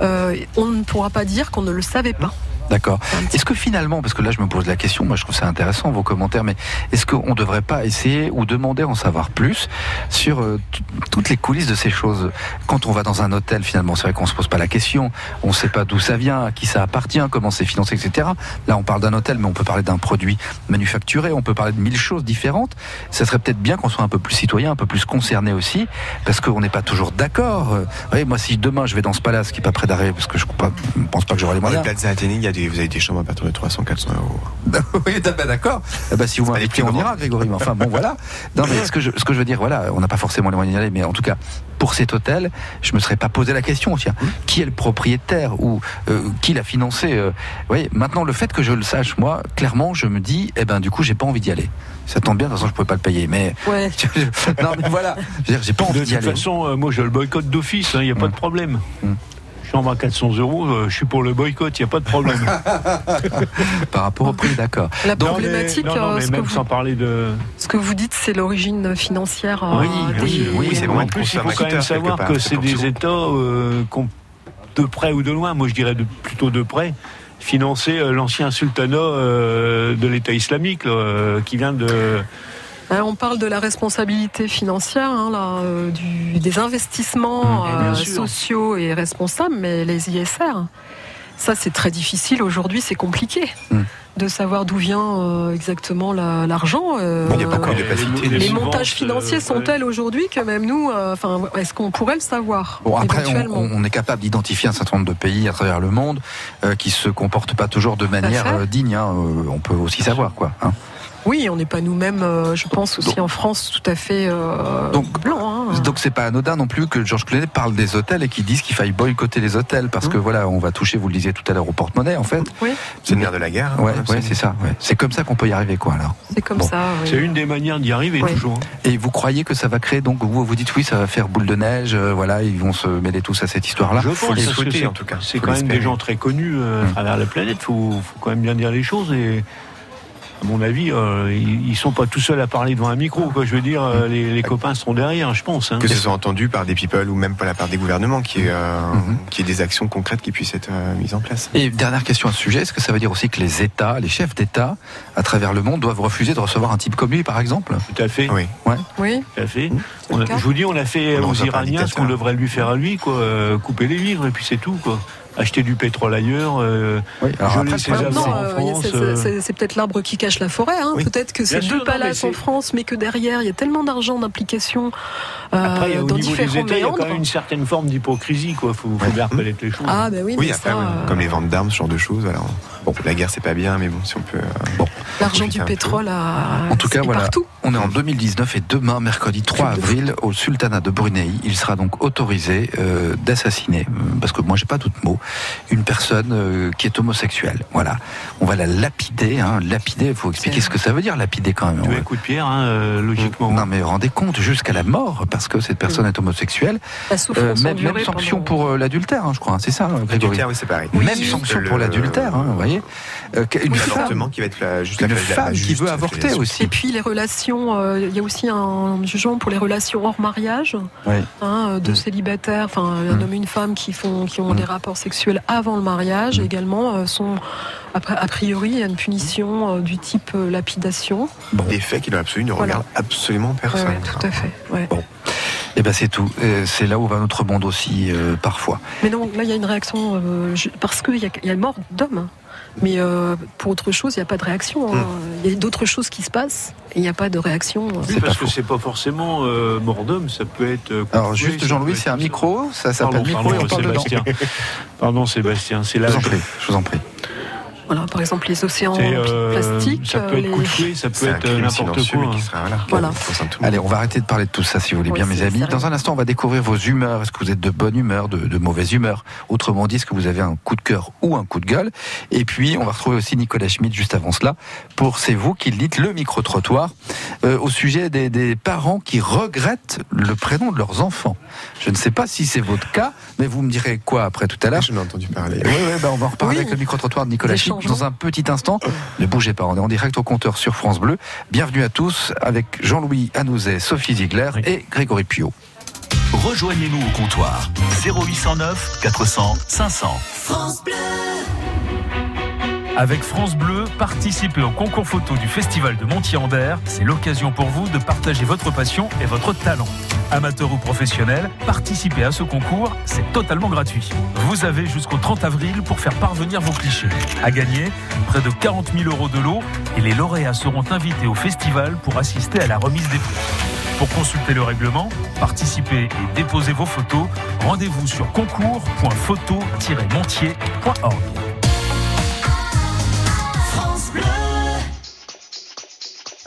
S5: euh, on ne pourra pas dire qu'on ne le savait pas.
S2: D'accord. Est-ce que finalement, parce que là je me pose la question, moi je trouve ça intéressant vos commentaires, mais est-ce qu'on ne devrait pas essayer ou demander à en savoir plus sur euh, tout- toutes les coulisses de ces choses Quand on va dans un hôtel, finalement, c'est vrai qu'on se pose pas la question, on ne sait pas d'où ça vient, à qui ça appartient, comment c'est financé, etc. Là on parle d'un hôtel, mais on peut parler d'un produit manufacturé, on peut parler de mille choses différentes. Ça serait peut-être bien qu'on soit un peu plus citoyen, un peu plus concerné aussi, parce qu'on n'est pas toujours d'accord. Euh, Vous voyez, moi si demain je vais dans ce palace qui est pas près d'arrêt, parce que je ne pense pas que j'aurai les
S3: Dans les
S2: moyens.
S3: places Athénée, il y a des, vous avez des chambres à partir de 300, 400 euros.
S2: Oui, t'as- bah, d'accord. Eh ben, si vous
S3: pas les plus
S2: m'invitez, on
S3: grands.
S2: ira, Grégory. Mais enfin, bon, voilà. Non, mais ce que je, ce que je veux dire, voilà, on n'a pas forcément les moyens d'y aller, mais en tout cas, pour cet hôtel, je me serais pas posé la question, tiens,
S4: Hum.
S2: qui est le propriétaire ou euh, qui l'a financé euh, Vous voyez, maintenant, le fait que je le sache, moi, clairement, je me dis, eh ben, du coup, j'ai pas envie d'y aller. Ça tombe bien, de toute façon, je pouvais pas le payer, mais.
S5: Ouais.
S2: non, mais voilà. Je veux dire, J'ai pas envie
S4: De
S2: d'y
S4: toute
S2: aller.
S4: façon, euh, moi, je le boycott d'office, hein, il n'y a pas de problème.
S2: Mm.
S4: Chambre à 400 euros, euh, je suis pour le boycott, il n'y a pas de problème.
S2: Par rapport au prix, d'accord.
S5: La
S4: Non, mais-
S5: problématique,
S4: non, non,
S5: euh,
S4: mais
S5: ce, que
S4: même
S5: vous,
S4: sans parler de.
S5: ce que vous dites, c'est l'origine financière euh,
S4: Ah, Oui,
S5: des-
S2: oui, oui,
S3: c'est
S4: En
S3: vraiment
S4: plus, il faut quand
S3: conservateur,
S4: même
S3: quelque
S4: savoir
S3: part,
S4: que
S3: c'est
S4: c'est
S3: pour
S4: des
S3: tout.
S4: États euh, qu'on- de près ou de loin, moi je dirais de- plutôt de près, financer euh, l'ancien sultanat euh, de l'État islamique là, euh, qui vient de.
S5: Hein, on parle de la responsabilité financière, hein, là, euh, du- des investissements
S4: Mmh, bien
S5: euh,
S4: sûr.
S5: sociaux et responsables, mais les ISR, ça c'est très difficile aujourd'hui, c'est compliqué
S2: Mmh.
S5: de savoir d'où vient euh, exactement la- l'argent. euh,
S3: Bon, il y a pas que
S4: euh,
S3: Ah de l'opacité.
S4: les-
S5: les
S4: subvences,
S5: montages
S4: euh,
S5: financiers sont
S4: ouais.
S5: tels aujourd'hui que même nous, euh, enfin, est-ce qu'on pourrait le savoir
S2: Bon, après, on,
S5: éventuellement
S2: on- on est capable d'identifier un certain nombre de pays à travers le monde euh, qui se comportent pas toujours de manière
S5: fait.
S2: euh, digne. hein, euh, on peut aussi savoir, quoi. hein.
S5: Oui, on n'est pas nous-mêmes, euh, je pense aussi
S2: Donc-
S5: en France, tout à fait euh,
S2: Donc-
S5: blanc. hein.
S2: Donc c'est pas anodin non plus que Georges Clooney parle des hôtels et qu'il dise qu'il faille boycotter les hôtels parce
S5: Mmh.
S2: que voilà, on va toucher, vous le disiez tout à l'heure, au porte-monnaie en fait.
S5: oui,
S3: C'est le nerf de la guerre.
S5: Ah,
S3: hein,
S2: Ouais,
S3: absolument.
S2: ouais, c'est ça. ouais. C'est comme ça qu'on peut y arriver quoi alors.
S5: c'est comme
S2: Bon.
S5: ça. oui.
S4: C'est une des manières d'y arriver
S5: Oui.
S4: toujours. hein.
S2: Et vous croyez que ça va créer donc vous vous dites oui, ça va faire boule de neige, euh, voilà, ils vont se mêler tous à cette histoire-là.
S4: Je pense
S3: les
S4: parce que
S3: souhaiter,
S4: c'est-
S3: en tout cas.
S4: C'est
S3: Faut
S4: quand même
S3: l'espérer. Hum.
S4: des gens très connus euh, à travers la planète. Faut, faut quand même bien dire les choses. Et à mon avis, euh, ils, ils sont pas tout seuls à parler devant un micro. Quoi. Je veux dire, euh, les, les copains sont derrière, je pense. hein.
S3: Que ce soit entendu par des people ou même par la part des gouvernements, qui euh,
S2: Mhm.
S3: qui est des actions concrètes qui puissent être euh, mises en place.
S2: Et dernière question à ce sujet, est-ce que ça veut dire aussi que les États, les chefs d'État à travers le monde doivent refuser de recevoir un type comme lui par exemple
S4: Tout à fait.
S3: Oui.
S5: Oui,
S4: Tout à fait.
S5: c'est le
S4: On a-
S5: cas.
S4: je vous dis, on a fait
S3: On en
S4: aux
S3: reçoit pas un
S4: Iraniens ce qu'on
S3: dictateur.
S4: devrait lui faire à lui, quoi. Euh, couper les livres et puis c'est tout, quoi. Acheter du pétrole ailleurs. euh,
S2: Oui, alors après,
S4: geler
S2: le
S4: ses
S2: problème,
S5: Maintenant,
S4: avoirs en
S5: euh,
S4: France.
S5: c'est-
S4: euh,
S5: c'est- c'est c'est peut-être l'arbre qui cache la forêt. hein.
S3: Oui.
S5: Peut-être que c'est
S4: sûr,
S5: deux
S4: non, mais
S5: palaces en
S4: c'est-
S5: France, mais que derrière, il y a tellement d'argent d'implications euh,
S4: Après, au
S5: dans
S4: niveau des
S5: différents
S4: États, il y a
S5: méandres.
S4: quand même une certaine forme d'hypocrisie, quoi. Faut, faut bien reconnaître les choses.
S5: Ah, ben oui,
S3: Oui,
S5: mais
S3: après,
S5: ça,
S3: oui,
S5: euh,
S3: comme les ventes d'armes, ce genre de choses. Alors, bon, la guerre, c'est pas bien, mais bon, si on peut. euh,
S5: l'argent
S3: profiter
S5: du
S3: un peu.
S5: pétrole, à...
S2: En tout cas,
S5: est
S2: voilà.
S5: partout.
S2: On est en 2019 et demain, mercredi 3 avril, au sultanat de Brunei, il sera donc autorisé euh, d'assassiner, euh, parce que moi j'ai pas d'autre mot, une personne euh, qui est homosexuelle. Voilà, on va la lapider. Hein. Lapider, il faut expliquer
S5: C'est-
S2: ce que ça veut dire lapider quand même.
S4: Tu
S2: On
S4: mets
S2: va-
S4: un coup de pierre, hein, euh, logiquement.
S2: Non mais rendez compte jusqu'à la mort parce que cette personne est homosexuelle.
S5: La
S2: Euh,
S5: souffrance
S2: même,
S5: endurée
S2: même sanction
S5: pendant-
S2: pour euh, l'adultère, hein, je crois. hein, C'est ça, hein, Grégory.
S3: L'adultère, oui, Euh, c'est pareil.
S2: Même
S3: C'est
S2: sanction
S3: juste
S2: pour
S3: le-
S2: l'adultère, hein, vous voyez. Euh, une
S3: Ou
S2: femme,
S3: L'avortement qui va être la, juste
S2: une
S3: la- la- la-
S2: femme qui
S3: juste,
S2: veut
S3: la-
S2: avorter
S3: la-
S5: Et
S2: aussi.
S5: puis les relations, euh, il y a aussi un jugement pour les relations hors mariage,
S2: Ouais.
S5: hein, de
S2: Mm.
S5: célibataires, enfin un
S2: Mm.
S5: homme et une femme qui font, qui ont
S2: Mm.
S5: des rapports sexuels avant le mariage,
S2: Mm.
S5: également euh, sont a, a priori il y a une punition euh, du type euh, lapidation.
S3: Des faits qui, dans l'absolu, ne
S5: Voilà.
S3: regardent absolument
S5: Ouais,
S3: personne.
S5: ouais, tout à fait. ouais.
S2: Et ben c'est tout. Euh, C'est là où va notre monde aussi euh, parfois.
S5: Mais donc là il y a une réaction euh, je- parce qu'il y, a- il y a mort d'homme. hein. Mais euh, pour autre chose, il n'y a pas de réaction. hein. Il y a d'autres choses qui se passent et il n'y a pas de réaction. euh.
S4: Oui,
S2: C'est
S4: parce
S2: pas faux.
S4: que c'est pas forcément euh, mort d'homme, ça peut être. euh,
S2: Alors
S4: couplé,
S2: juste
S4: ça
S2: Jean-Louis,
S4: peut être
S2: c'est un
S4: tout
S2: micro, ça s'appelle
S4: Pardon,
S2: micro et
S4: pardon,
S2: on parle dedans.
S4: Sébastien. Pardon, Sébastien, c'est
S2: Je
S4: là.
S2: vous en prie, je vous en prie.
S5: Voilà, par exemple les océans
S4: C'est, euh,
S5: plastiques.
S4: ça peut
S5: euh,
S4: être
S5: les-
S4: coup de fouet, ça peut
S3: C'est un
S4: être euh,
S3: crime
S4: n'importe
S3: silencieux,
S4: quoi.
S3: mais qui sera, voilà.
S5: Voilà.
S3: dans le sens de tout le
S2: Allez,
S3: monde.
S2: on va arrêter de parler de tout ça si vous voulez
S5: Oui,
S2: bien mes
S5: c'est
S2: amis.
S5: sérieux.
S2: Dans un instant, on va découvrir vos humeurs. Est-ce que vous êtes de bonne humeur, de, de mauvaise humeur Autrement dit, est-ce que vous avez un coup de cœur ou un coup de gueule Et puis, on va retrouver aussi Nicolas Schmitt juste avant cela pour C'est vous qui dites le micro-trottoir euh, au sujet des, des parents qui regrettent le prénom de leurs enfants. Je ne sais pas si c'est votre cas, mais vous me direz quoi après tout à l'heure
S3: Je n'ai entendu parler.
S2: Oui, oui, ben on va en reparler
S5: Oui.
S2: avec le micro-trottoir de Nicolas
S5: Des
S2: Schmitt
S5: changements.
S2: dans un petit instant. Ne bougez pas, on est en direct au compteur sur France Bleu. Bienvenue à tous avec Jean-Louis Anouzet, Sophie Ziegler
S4: Oui.
S2: et Grégory Pio.
S9: Rejoignez-nous au comptoir 0809 400 500.
S10: Avec France Bleu, participez au concours photo du Festival de Montier-en-Der. C'est l'occasion pour vous de partager votre passion et votre talent. Amateur ou professionnel, participez à ce concours, c'est totalement gratuit. Vous avez jusqu'au 30 avril pour faire parvenir vos clichés. À gagner, près de 40 000 euros de lot et les lauréats seront invités au festival pour assister à la remise des prix. Pour consulter le règlement, participer et déposer vos photos, rendez-vous sur concours.photo-montier.org.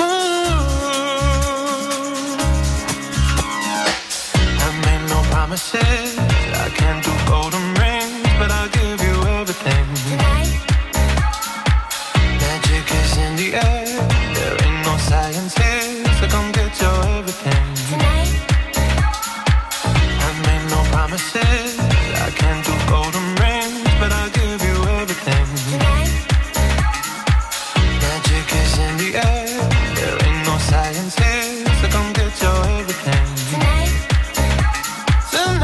S11: Ooh. I made no promises. I can't do golden rings, but I'll give you everything. Magic is in the air. There ain't no science here, so come get your everything. I made no promises. I can't do golden rings, but I'll give you everything. Magic is in the air. There ain't no science here, so come get your everything tonight.
S7: Mm-hmm.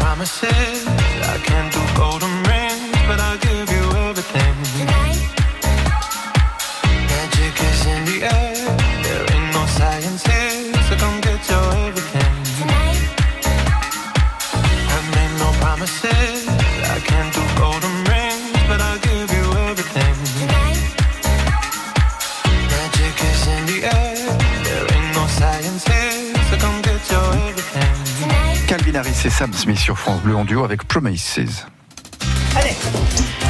S7: promises. I can't do golden rings, but I'll give you everything. Magic is in the air. There ain't no science here, so come get your everything. I've made no promises. I can't do golden rings, but I'll give you everything. Magic is in the air. There ain't no science here, so come get your everything.
S2: Calvin Harris et Sam Smith sur France Bleu en duo avec Promises.
S12: Allez,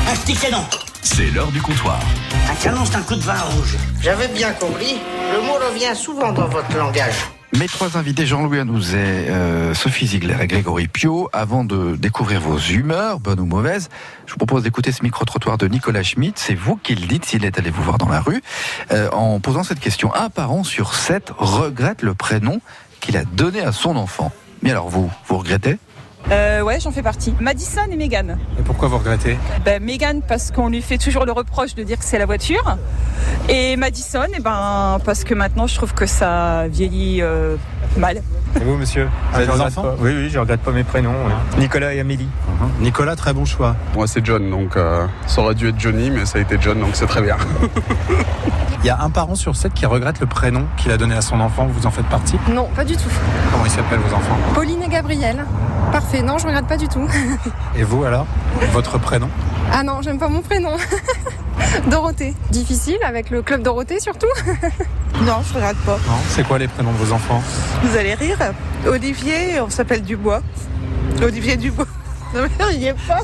S12: un petit canon.
S1: C'est l'heure du comptoir.
S12: Un canon, c'est un coup de vin rouge. J'avais bien compris. Le mot revient souvent dans votre langage.
S2: Mes trois invités, Jean-Louis Anouzet, euh, Sophie Ziegler et Grégory Pio, avant de découvrir vos humeurs, bonnes ou mauvaises, je vous propose d'écouter ce micro-trottoir de Nicolas Schmitt. C'est vous qui le dites s'il est allé vous voir dans la rue. euh, en posant cette question, un parent sur sept regrette le prénom qu'il a donné à son enfant. Mais alors vous, vous regrettez
S13: Euh, ouais, j'en fais partie. Madison et Megan.
S14: Et pourquoi vous regrettez
S13: Ben, Megan parce qu'on lui fait toujours le reproche de dire que c'est la voiture. Et Madison, eh ben, parce que maintenant je trouve que ça vieillit euh, mal.
S14: Et vous, monsieur
S15: Ah, je regrette pas. Oui, oui, je regrette pas mes prénoms. ouais.
S14: Nicolas et Amélie. Nicolas, très bon choix.
S15: Moi, c'est John, donc euh, ça aurait dû être Johnny, mais ça a été John, donc c'est très bien.
S14: Il y a un parent sur sept qui regrette le prénom qu'il a donné à son enfant. Vous en faites partie
S16: Non, pas du tout.
S14: Comment ils s'appellent vos enfants
S16: Pauline et Gabriel. Parfait, non, je regrette pas du tout.
S14: Et vous alors Votre prénom
S16: ah non, j'aime pas mon prénom. Dorothée. Difficile avec le club Dorothée surtout. non, je regrette pas.
S14: Non C'est quoi les prénoms de vos enfants
S17: Vous allez rire. Olivier, on s'appelle Dubois. Olivier Dubois. Non, mais il n'y est pas.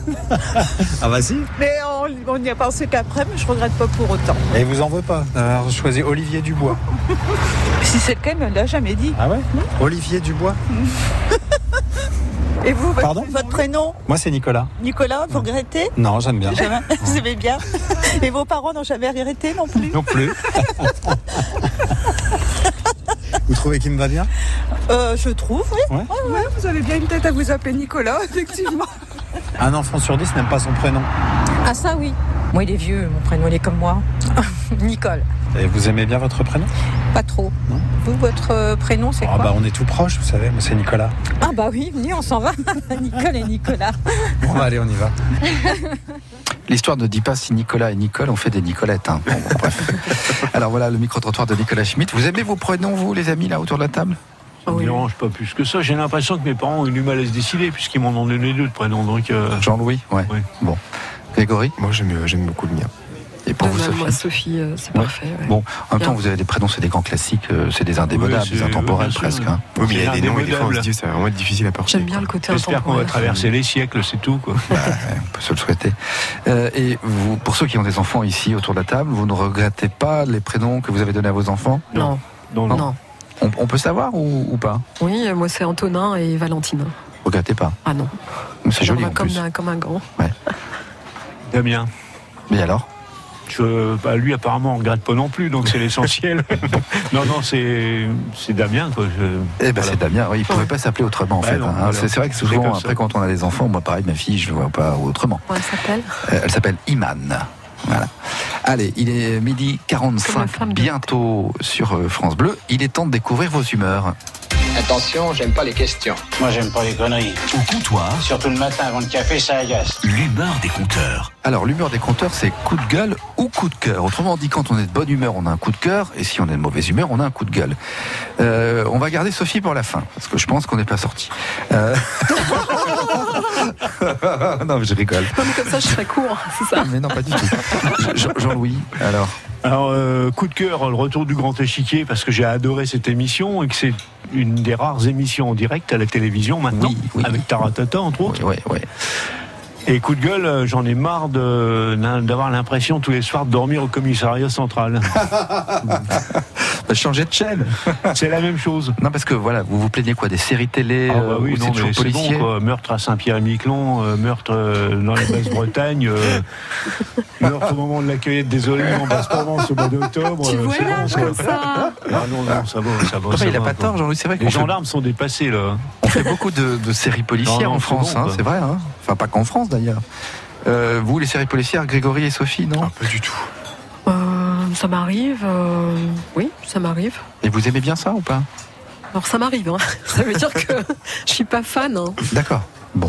S14: Ah, vas-y.
S17: Mais on, on y a pensé qu'après, mais je regrette pas pour autant.
S14: Et il vous en veut pas d'avoir choisi Olivier Dubois.
S17: Si c'est le cas, mais on ne l'a jamais dit.
S14: Ah ouais Olivier Dubois
S17: Et vous, votre,
S14: Bah, Pardon
S17: votre prénom,
S14: Moi, c'est Nicolas.
S17: Nicolas, vous regrettez
S14: Non, j'aime bien.
S17: Jamais. Vous aimez bien. Et vos parents n'ont jamais regretté non plus
S14: Non plus. vous trouvez qu'il me va bien
S17: Euh, Je trouve, oui.
S14: Ouais.
S17: Ouais, ouais, vous avez bien une tête à vous appeler Nicolas, effectivement.
S14: Un enfant sur dix n'aime pas son prénom.
S18: Ah ça oui. Moi il est vieux, mon prénom il est comme moi. Nicole.
S14: Et vous aimez bien votre prénom
S18: Pas trop. Vous, votre euh, prénom c'est
S14: Ah
S18: quoi
S14: bah on est tout proche, vous savez, moi c'est Nicolas.
S18: Ah bah oui, venez, on s'en va. Nicole et Nicolas.
S14: Bon bah, allez, on y va.
S2: L'histoire ne dit pas si Nicolas et Nicole ont fait des Nicolettes. hein. Bon, bon, bref. Alors voilà le micro-trottoir de Nicolas Schmitt. Vous aimez vos prénoms, vous, les amis, là, autour de la table
S5: Ah
S4: Ça me dérange pas plus que ça. J'ai l'impression que mes parents ont eu du mal à se décider, puisqu'ils m'en ont donné deux de prénoms. Donc, euh,
S2: Jean-Louis Ouais.
S4: Oui.
S2: Bon. Grégory
S3: Moi, j'aime euh, j'aime beaucoup le mien.
S2: Et pour vous,
S5: Voilà,
S2: Sophie
S5: moi, Sophie, euh, c'est
S2: Ouais.
S5: parfait. ouais.
S2: Bon, en même temps,
S5: Bien.
S2: vous avez des prénoms, c'est des grands classiques, euh, c'est des indémodables,
S4: Oui, c'est-
S2: des intemporels
S4: oui, bien sûr.
S2: presque. hein.
S3: Oui, mais il y a
S4: C'est
S3: des noms et des fois, on se
S4: indémodable.
S3: dit, ça va vraiment être difficile à porter.
S5: J'aime bien le côté
S4: j'espère qu'on va
S5: intemporel.
S4: traverser les siècles, c'est tout. Quoi.
S2: On peut se le souhaiter. Euh, et vous, pour ceux qui ont des enfants ici autour de la table, vous ne regrettez pas les prénoms que vous avez donnés à vos enfants
S5: Non,
S4: Donc,
S5: non.
S2: on, on peut savoir ou, ou pas
S5: Oui, euh, moi c'est Antonin et Valentine.
S2: Regrettez pas.
S5: Ah non.
S2: C'est joli
S5: J'en
S2: en
S5: vois comme,
S2: plus.
S5: un- comme un grand.
S4: Damien.
S2: Mais alors
S4: Je, bah, lui, apparemment, on regrette pas non plus, donc c'est l'essentiel. non, non, c'est c'est Damien. Quoi. Je-
S2: Eh ben
S4: voilà.
S2: c'est Damien, oui, il ne pouvait
S5: Ouais.
S2: pas s'appeler autrement en
S4: Bah
S2: fait.
S4: non,
S2: hein.
S4: voilà.
S2: C'est c'est vrai que
S4: C'est
S2: souvent,
S4: comme ça.
S2: après quand on a des enfants, moi pareil, ma fille, je ne vois pas autrement.
S5: Comment elle s'appelle
S2: Euh, elle s'appelle Iman. Voilà. Allez, il est midi
S5: Comme la
S2: 45,
S5: femme de-
S2: bientôt sur euh, France Bleu. Il est temps de découvrir vos humeurs.
S19: Attention, j'aime pas les questions. Moi, j'aime pas les conneries.
S1: Au comptoir,
S19: Surtout le matin avant le café, ça agace.
S1: l'humeur des compteurs.
S2: Alors, l'humeur des compteurs, c'est coup de gueule ou coup de cœur. Autrement dit, quand on est de bonne humeur, on a un coup de cœur, et si on est de mauvaise humeur, on a un coup de gueule. Euh, on va garder Sophie pour la fin, parce que je pense qu'on n'est pas sorti. Euh, non, mais je rigole.
S5: Non, mais comme ça je serai court, c'est ça.
S2: Mais non, pas du tout. Je- Jean-Louis, alors.
S4: Alors, euh, coup de cœur, le retour du Grand Échiquier, parce que j'ai adoré cette émission et que c'est une des rares émissions en direct à la télévision maintenant,
S2: Oui, oui.
S4: avec Taratata, entre autres.
S2: Oui, oui, oui.
S4: Et coup de gueule, euh, j'en ai marre de- d'avoir l'impression tous les soirs de dormir au commissariat central.
S2: Bah, Changer de chaîne.
S4: c'est la même chose.
S2: Non, parce que voilà, vous vous plaignez quoi Des séries télé
S4: Ah bah
S2: euh, où c'est
S4: non, mais
S2: toujours
S4: c'est
S2: policier
S4: bon, quoi. Meurtre à Saint-Pierre-et-Miquelon, euh, meurtre euh, dans la Basse-Bretagne, euh, meurtre au moment de la cueillette des olives en Basse-Provence au mois d'octobre.
S5: Tu
S4: euh,
S5: vois
S4: c'est
S5: là
S4: bon, ça.
S5: comme ça
S4: Ah non, non, ça va, ça va.
S2: Enfin,
S4: ça
S2: il a
S4: va,
S2: pas
S4: quoi.
S2: tort, Jean-Louis, c'est vrai
S4: Les
S2: qu'on fait,
S4: gendarmes sont dépassés, là.
S2: on fait beaucoup de, de séries policières
S4: Non, non,
S2: en
S4: c'est
S2: France,
S4: bon,
S2: hein,
S4: quoi.
S2: c'est vrai. hein. Enfin, pas qu'en France d'ailleurs. Euh, vous, les séries policières, Grégory et Sophie,
S4: Ah.
S2: non
S3: Pas du tout.
S5: Euh, Ça m'arrive, euh, oui, ça m'arrive.
S2: Et vous aimez bien ça ou pas
S5: Alors ça m'arrive, hein. ça veut dire que je suis pas fan. hein.
S2: D'accord.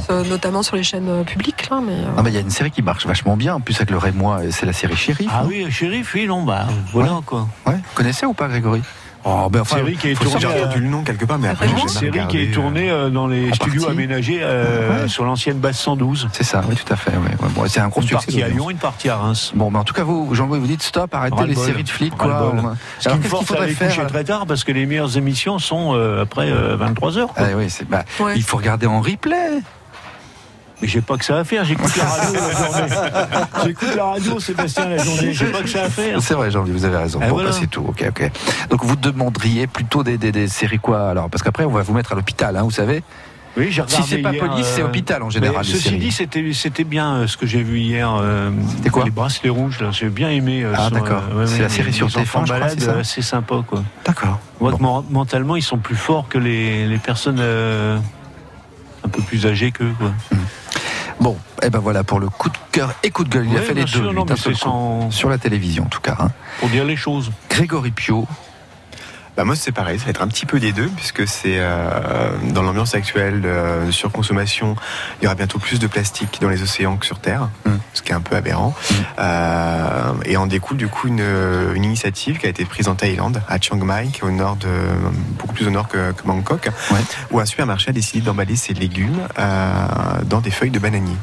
S5: Euh, notamment sur les chaînes euh, publiques. Là, mais, euh,
S2: Ah bah il y a une série qui marche vachement bien, en plus avec le Rémois, c'est la série Shérif.
S4: Ah oui, shérif, oui, non, bah voilà quoi.
S2: Ouais, connaissez ou pas Grégory Oh, ben enfin,
S4: série qui est
S2: faut
S4: tournée,
S2: sortir
S4: euh,
S2: du nom quelque part, mais après, j'ai
S4: Une
S2: jamais
S4: série qui
S2: regardé,
S4: est tournée euh, dans les studios
S2: partie.
S4: aménagés euh,
S2: Ouais.
S4: sur l'ancienne base 112.
S2: C'est ça, oui, tout à fait. ouais, ouais, bon, c'est un gros
S4: Une
S2: succès.
S4: partie à
S2: d'audience.
S4: Lyon, une partie à Reims.
S2: Bon, mais en tout cas, vous, Jean-Louis, vous dites stop, arrêtez les
S4: Ras-le-bol.
S2: séries de flics, quoi.
S4: Ras-le-bol.
S2: On- Alors,
S4: Ce qui me
S2: qu'est-ce
S4: force
S2: qu'il
S4: à
S2: faudrait
S4: aller
S2: faire
S4: coucher très tard parce que les meilleures émissions sont euh, après 23h.
S2: Ah oui, c'est- bah, Il faut regarder en replay.
S4: Mais j'ai pas que ça à faire, j'écoute la radio la journée. J'écoute la radio, Sébastien, la journée, j'ai pas que ça à faire.
S2: C'est vrai, Jean-Louis, vous avez raison.
S4: Eh
S2: bon,
S4: voilà.
S2: bah, c'est tout. Ok, ok. Donc vous demanderiez plutôt des, des, des séries quoi alors Parce qu'après, on va vous mettre à l'hôpital, hein, vous savez.
S4: Oui, j'ai
S2: Si
S4: regardé
S2: c'est pas
S4: hier,
S2: police, c'est
S4: euh,
S2: hôpital en
S4: mais
S2: général. les
S4: Ceci
S2: séries.
S4: dit, c'était c'était bien euh, ce que j'ai vu hier. c'était quoi Les bracelets rouges, là. J'ai bien aimé. euh,
S2: Ah,
S4: sur,
S2: d'accord.
S4: euh, ouais,
S2: C'est
S4: ouais,
S2: la série
S4: les-
S2: sur
S4: les enfants
S2: TF1, je crois,
S4: malades,
S2: c'est ça
S4: euh, C'est sympa, quoi.
S2: D'accord.
S4: Moi, que mor- mentalement, ils sont plus forts que les, les personnes euh, un peu plus âgées qu'eux, quoi.
S2: Bon, et ben voilà pour le coup de cœur et coup de gueule. Il a
S4: Ouais,
S2: fait les
S4: bien
S2: deux
S4: sûr,
S2: lui,
S4: non,
S2: d'un
S4: mais
S2: seul
S4: c'est
S2: coup.
S4: sans-
S2: sur la télévision en tout cas. hein.
S4: Pour dire les choses.
S2: Grégory Pio.
S3: Bah moi c'est pareil, ça va être un petit peu des deux puisque c'est euh, dans l'ambiance actuelle de, de surconsommation, il y aura bientôt plus de plastique dans les océans que sur Terre,
S2: Mm.
S3: ce qui est un peu aberrant. Euh, et en découle du coup une, une initiative qui a été prise en Thaïlande, à Chiang Mai, qui est au nord de beaucoup plus au nord que, que Bangkok, où un supermarché a décidé d'emballer ses légumes euh, dans des feuilles de bananier.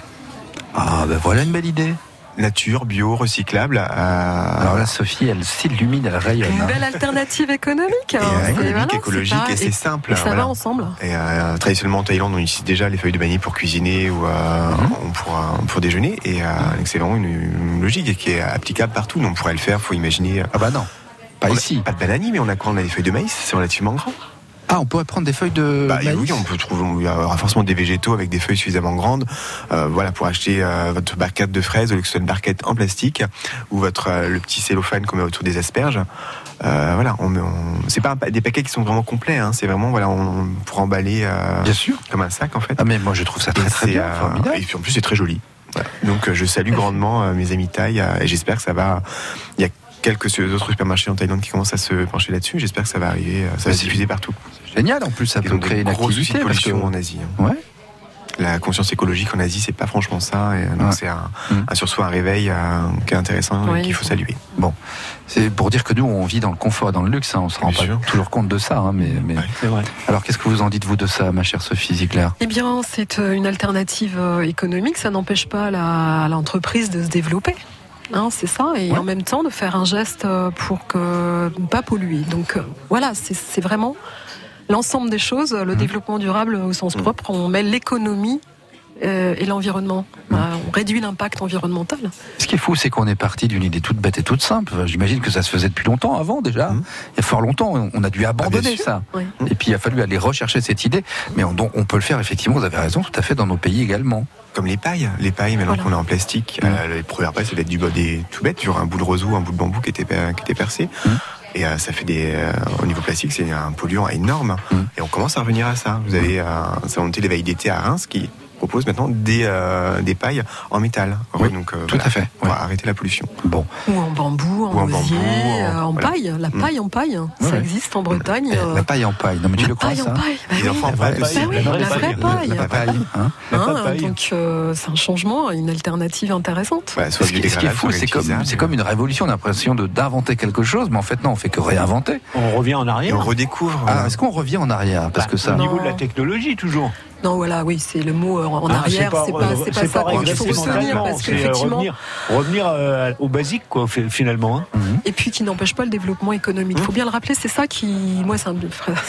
S2: Ah ben voilà une belle idée.
S3: Nature, bio, recyclable. euh,
S2: Alors là, Sophie, elle s'illumine, elle rayonne.
S5: Une
S2: hein.
S5: belle alternative économique. hein, c'est-
S3: économique,
S5: voilà, c'est
S3: écologique,
S5: pas-
S3: et c'est simple,
S5: et ça
S3: voilà.
S5: va ensemble.
S3: Et euh, traditionnellement en Thaïlande, on utilise déjà les feuilles de bananier pour cuisiner ou euh,
S2: Mhm.
S3: on pourra- pour, déjeuner. Et euh, donc c'est vraiment une, une logique et qui est applicable partout. Nous, on pourrait le faire, faut imaginer.
S2: Ah bah non, pas ici.
S3: Pas de bananier, mais on a quoi On a des feuilles de maïs, c'est relativement grand.
S2: Ah, on pourrait prendre des feuilles de
S3: Bah,
S2: Euh, maïs
S3: Oui, on peut trouver il y aura forcément des végétaux avec des feuilles suffisamment grandes. Euh, voilà, pour acheter euh, votre barquette de fraises au lieu que ce soit une barquette en plastique ou votre euh, le petit cellophane qu'on met autour des asperges. Euh, voilà, on, met- on- c'est pas un pa- des paquets qui sont vraiment complets. hein, c'est vraiment voilà, on, pour emballer. euh, Comme un sac en fait.
S2: Ah mais moi je trouve ça très
S3: Et
S2: très
S3: c'est,
S2: bien,
S3: euh,
S2: formidable.
S3: Et puis en plus c'est très joli. Voilà. Donc euh, je salue grandement euh, mes amis Thaï euh, et j'espère que ça va. Il y a quelques autres supermarchés en Thaïlande qui commencent à se pencher là-dessus. J'espère que ça va arriver, euh, ça va se diffuser partout.
S2: Génial, en plus ça
S3: Ils
S2: peut
S3: ont des
S2: créer une
S3: gros soucis
S2: activité.
S3: de
S2: parce que-
S3: pollution en Asie. hein.
S2: Ouais.
S3: La conscience écologique en Asie, c'est pas franchement ça. Et, euh, donc
S2: Ouais. Mm.
S3: c'est un, un sursaut, un réveil euh, qui est intéressant et
S2: Oui.
S3: qu'il faut saluer.
S2: Bon, c'est pour dire que nous on vit dans le confort et dans le luxe, hein, on se rend pas toujours compte de ça. hein, mais, mais... Alors qu'est-ce que vous en dites vous de ça, ma chère Sophie Ziegler
S5: Eh bien, c'est euh, une alternative euh, économique. Ça n'empêche pas la- à l'entreprise de se développer. Hein, c'est ça, et en même temps de faire un geste euh, pour que, ne pas polluer. Donc euh, voilà, c'est- c'est vraiment l'ensemble des choses, le développement durable au sens propre. On met l'économie euh, et l'environnement. Voilà, on réduit l'impact environnemental.
S2: Ce qui est fou, c'est qu'on est parti d'une idée toute bête et toute simple. Enfin, J'imagine que ça se faisait depuis longtemps, avant déjà.
S3: Hum.
S2: Il y a fort longtemps, on- on a dû abandonner
S5: sûr.
S2: ça.
S5: Oui.
S2: Et puis il a fallu aller rechercher cette idée. Mais on, on peut le faire effectivement, vous avez raison, tout à fait dans nos pays également.
S3: Comme les pailles, les pailles maintenant qu'on a en plastique.
S2: Mm.
S3: euh, les premières pailles, ça va être du des tout bête, genre un bout de roseau, un bout de bambou qui était, per- qui était percé.
S2: Mm.
S3: Et euh, ça fait des. euh, au niveau plastique, c'est un polluant énorme.
S2: Mm.
S3: Et on commence à revenir à ça. Vous avez. Euh, ça a monté les veilles d'été à Reims qui propose maintenant des, euh, des pailles en métal. Donc, tout à fait. On va arrêter la pollution.
S2: Bon.
S5: Ou en bambou, en
S3: Ou en bambou,
S5: osier, euh, en,
S3: voilà.
S5: paille. La paille en paille, hein. ça
S2: Ouais.
S5: existe en Bretagne. euh,
S2: eh, La paille en paille, non mais tu le crois
S5: paille en
S2: ça
S5: paille, bah
S2: Les
S5: oui.
S2: enfants en
S5: La
S2: paille
S5: vraie
S2: aussi.
S5: paille. Bah oui, la vraie paille.
S2: La paille, hein.
S5: Hein, donc euh, c'est un changement, une alternative intéressante.
S2: ce, qui, ce qui est fou, c'est comme, c'est comme une révolution, on a l'impression de- d'inventer quelque chose, mais en fait non, on fait que réinventer.
S4: On revient en arrière.
S2: Et on
S3: redécouvre. euh,
S2: Alors Ah, est-ce qu'on revient en arrière Parce que ça.
S4: Au niveau de la technologie, toujours.
S5: Non, voilà, oui, c'est le mot euh, en
S4: Ah,
S5: arrière, c'est pas, c'est pas ça qu'il faut
S4: régresser
S5: retenir,
S4: mentalement,
S5: parce
S4: c'est, euh,
S5: qu'effectivement,
S4: revenir, revenir euh, au basique, quoi, fi- finalement. hein.
S5: et puis qui n'empêche pas le développement économique.
S4: Hum.
S5: Il faut bien le rappeler, c'est ça qui, moi, c'est un-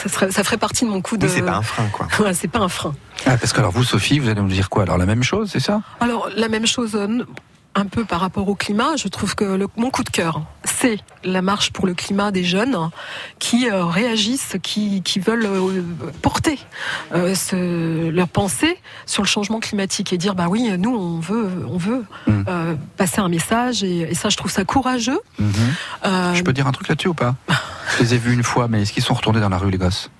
S5: ça, serait- ça ferait partie de mon coup de.
S2: Oui, c'est pas un frein,
S3: quoi.
S5: c'est pas un frein.
S2: Ah, parce que alors vous, Sophie, vous allez nous dire quoi Alors la même chose, c'est ça
S5: Alors, la même chose, euh, n- un peu par rapport au climat, je trouve que le- mon coup de cœur, c'est la marche pour le climat des jeunes qui euh, réagissent, qui, qui veulent euh, porter euh, ce- leur pensée sur le changement climatique et dire, bah oui, nous, on veut, on veut euh, passer un message, et, et ça, je trouve ça courageux. Euh,
S2: Mm-hmm. Je peux dire un truc là-dessus ou pas Je les ai vus une fois, mais est-ce qu'ils sont retournés dans la rue, les gosses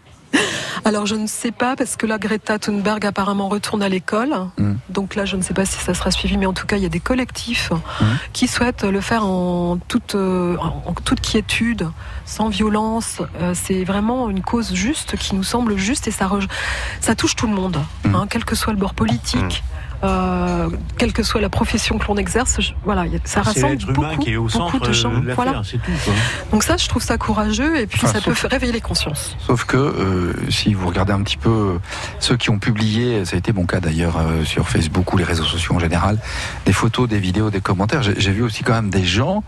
S5: Alors je ne sais pas parce que là Greta Thunberg apparemment retourne à l'école.
S4: Hmm.
S2: Mm.
S5: Donc là je ne sais pas si ça sera suivi, mais en tout cas il y a des collectifs
S4: Hmm.
S5: qui souhaitent le faire en toute, euh, en toute quiétude, sans violence. Euh, c'est vraiment une cause juste qui nous semble juste et ça, re- ça touche tout le monde,
S4: Hmm.
S5: hein, quel que soit le bord politique. euh, quelle que soit la profession que l'on exerce, je- voilà, y a- ça
S4: Ah, C'est
S5: rassemble
S4: l'être
S5: beaucoup,
S4: humain qui est au
S5: beaucoup
S4: centre
S5: de gens.
S4: euh, de l'affaire,
S5: Voilà.
S4: c'est tout. quoi.
S5: Donc ça, je trouve ça courageux et puis
S2: Enfin,
S5: ça peut
S2: sauf-
S5: faire réveiller les consciences.
S2: Sauf que euh, si vous regardez un petit peu euh, ceux qui ont publié, ça a été mon cas d'ailleurs euh, sur Facebook ou les réseaux sociaux en général, des photos, des vidéos, des commentaires, j'ai j'ai vu aussi quand même des gens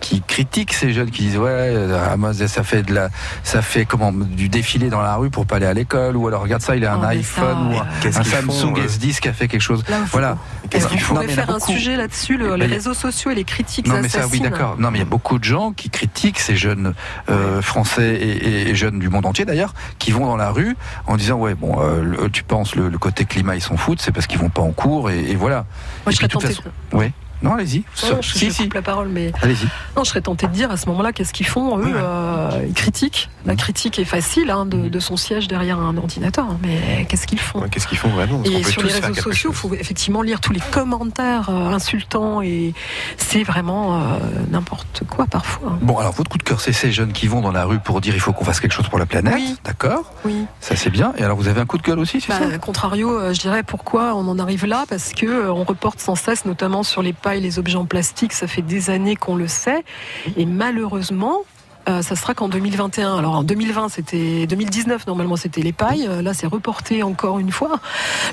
S2: qui critiquent ces jeunes qui disent ouais euh, Amos ça fait de la ça fait comment du défilé dans la rue pour pas aller à l'école ou alors regarde ça il a un
S5: Oh, mais ça-
S2: iPhone ou un,
S3: Qu'est-ce
S2: un
S3: qu'ils font,
S2: Samsung
S3: euh
S2: S10 qui a fait quelque chose
S5: Là, vous-
S2: voilà Eh ben,
S5: Est-ce qu'on
S2: Non, mais
S5: pourrait
S2: il y en a
S5: faire un
S2: beaucoup.
S5: sujet là-dessus, le-
S2: Ben,
S5: les
S2: il y a-
S5: réseaux sociaux et les critiques
S2: non mais ça oui
S5: assassines.
S2: d'accord. Non mais il y a beaucoup de gens qui critiquent ces jeunes euh, français et, et- et jeunes du monde entier d'ailleurs qui vont dans la rue en disant ouais bon euh, le- tu penses le, le côté climat ils s'en foutent c'est parce qu'ils vont pas en cours et, et voilà.
S5: Moi,
S2: et
S5: je serais
S2: de toute
S5: tentée
S2: façon- Ouais. Non allez-y.
S5: Non, je,
S2: Si,
S5: je
S2: si.
S5: coupe la parole, mais
S2: Allez-y.
S5: non, je serais tentée de dire à ce moment-là qu'est-ce qu'ils font eux euh, Ils critiquent.
S2: Mmh.
S5: La critique est facile hein, de, de son siège derrière un ordinateur, hein, mais qu'est-ce qu'ils font
S3: Qu'est-ce qu'ils font vraiment Parce qu'on
S5: Et
S3: peut
S5: sur
S3: tous
S5: les
S3: faire
S5: réseaux
S3: quelque
S5: sociaux, il faut effectivement lire tous les commentaires euh, insultants et c'est vraiment euh, n'importe quoi parfois. hein.
S2: Bon alors votre coup de cœur c'est ces jeunes qui vont dans la rue pour dire il faut qu'on fasse quelque chose pour la planète
S5: Oui.
S2: d'accord.
S5: Oui.
S2: Ça c'est bien et alors vous avez un coup de gueule aussi c'est
S5: Bah,
S2: ça.
S5: à contrario, euh, je dirais pourquoi on en arrive là parce que euh, on reporte sans cesse, notamment sur les pailles, les objets en plastique. Ça fait des années qu'on le sait, et malheureusement. euh, ça sera qu'en 2021. Alors en 2020, c'était 2019 normalement, c'était les pailles. Euh, Là, c'est reporté encore une fois.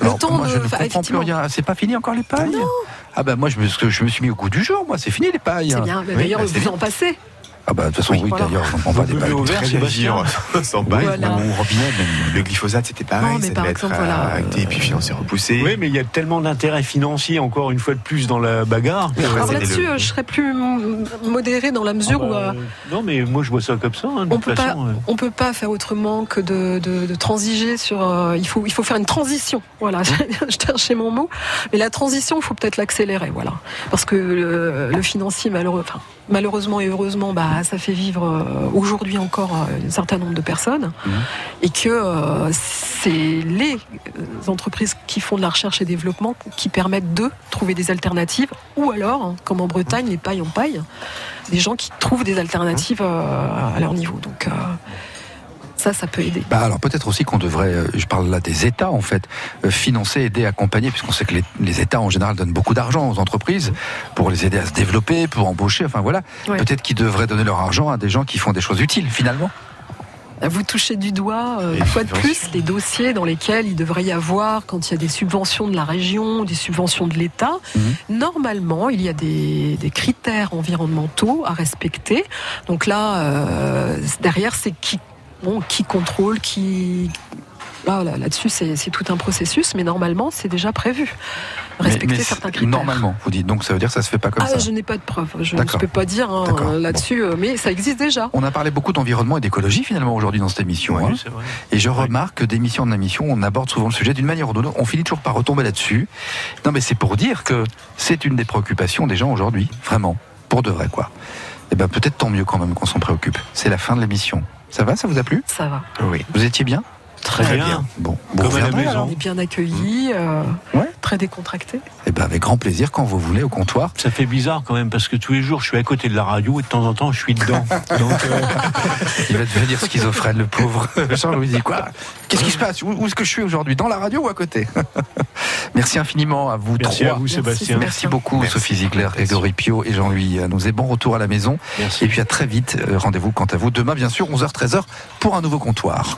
S5: Le
S2: Alors,
S5: temps
S2: moi, je
S5: de-
S2: ne
S5: enfin,
S2: comprends plus
S5: effectivement,
S2: rien. Ah, C'est pas fini encore les pailles Ah ben moi je me, parce que je me suis mis au goût du jour, moi c'est fini les pailles.
S5: c'est bien. Mais
S2: Oui,
S5: D'ailleurs,
S2: bah, c'est
S5: vous en passez.
S2: Ah bah de toute façon oui,
S5: voilà.
S2: d'ailleurs on prend pas des
S3: Vous
S2: pailles.
S3: buvez au verre,
S2: Très bien
S3: Sébastien.
S2: vivre.
S3: Sans bail,
S5: Voilà.
S3: ou au robinet, même. Le glyphosate, c'était pareil.
S5: Non, mais
S3: ça
S5: par
S3: devait
S5: exemple,
S3: être
S5: voilà,
S3: euh, acté, et puis finalement, c'est repoussé.
S4: Oui, mais il y a tellement d'intérêts financiers, encore une fois de plus, dans la bagarre. que-
S5: Alors là-dessus, euh, je serais plus m- modérée dans la mesure
S4: Ah
S5: où. euh,
S4: bah, Non, mais moi, je vois ça comme ça. hein, de
S5: on
S4: toute
S5: peut pas,
S4: façon, euh.
S5: on peut pas faire autrement que de, de- de transiger sur. euh, il faut, il faut faire une transition. Voilà, j'ai je cherchais mon mot. Mais la transition, il faut peut-être l'accélérer. Voilà, parce que le, le financier, malheureux, enfin, malheureusement et heureusement, bah, ça fait vivre euh, aujourd'hui encore euh, un certain nombre de personnes, et que euh, c'est les euh, entreprises qui font de la recherche et développement qui permettent de trouver des alternatives, ou alors, hein, comme en Bretagne, les pailles en paille des gens qui trouvent des alternatives euh, à leur niveau. Donc euh, ça, ça peut aider.
S2: Bah alors peut-être aussi qu'on devrait, euh, je parle là des États en fait, euh, financer, aider, accompagner, puisqu'on sait que les, les États en général donnent beaucoup d'argent aux entreprises pour les aider à se développer, pour embaucher, enfin voilà.
S5: Ouais.
S2: Peut-être qu'ils devraient donner leur argent à des gens qui font des choses utiles finalement.
S5: Vous touchez du doigt, euh,
S2: Les
S5: une fois de
S2: subventions.
S5: plus, les dossiers dans lesquels il devrait y avoir, quand il y a des subventions de la région, des subventions de l'État,
S2: Mhm.
S5: normalement, il y a des, des critères environnementaux à respecter. Donc là, euh, derrière, c'est qui, bon, qui contrôle, qui... Là, là- là-dessus, c'est c'est tout un processus, mais normalement, c'est déjà prévu. Respecter
S2: Mais- mais
S5: certains
S2: c'est-
S5: critères.
S2: Normalement, vous dites. Donc ça veut dire que ça se fait pas comme
S5: ah,
S2: ça.
S5: Je n'ai pas de preuves. Je ne
S2: D'accord.
S5: peux pas dire hein,
S2: D'accord.
S5: euh, là-dessus, euh, mais ça existe déjà.
S2: On a parlé beaucoup d'environnement et d'écologie finalement aujourd'hui dans cette émission. hein. Et je remarque que d'émission en émission, on aborde souvent le sujet d'une manière ou d'une autre. On finit toujours par retomber là-dessus. Non mais c'est pour dire que c'est une des préoccupations des gens aujourd'hui, vraiment, pour de vrai quoi. Et ben peut-être tant mieux quand même qu'on s'en préoccupe. C'est la fin de l'émission. Ça va, ça vous a plu
S5: Ça va.
S2: Oui. Vous étiez bien
S5: Très Très bien. bien.
S2: Bon,
S4: Comme
S2: vous
S4: à la
S2: reviendrez
S4: maison.
S2: alors
S5: On est bien accueillis, euh, très décontractés.
S2: Eh ben avec grand plaisir quand vous voulez au comptoir.
S4: Ça fait bizarre quand même, parce que tous les jours, je suis à côté de la radio et de temps en temps, je suis dedans. Donc, euh,
S2: Il va devenir schizophrène, le pauvre. Jean-Louis dit quoi Qu'est-ce qui se passe Où, où est-ce que je suis aujourd'hui Dans la radio ou à côté Merci infiniment à vous
S4: Merci
S2: trois.
S4: à vous, Merci, Sébastien.
S2: Merci
S4: Sébastien.
S2: beaucoup,
S4: Merci.
S2: Sophie Ziegler, Grégory Pio et Jean-Louis. Nous et bon retour à la maison. Et puis à très vite. Euh, Rendez-vous quant à vous demain, bien sûr, 11h-13h pour un nouveau comptoir.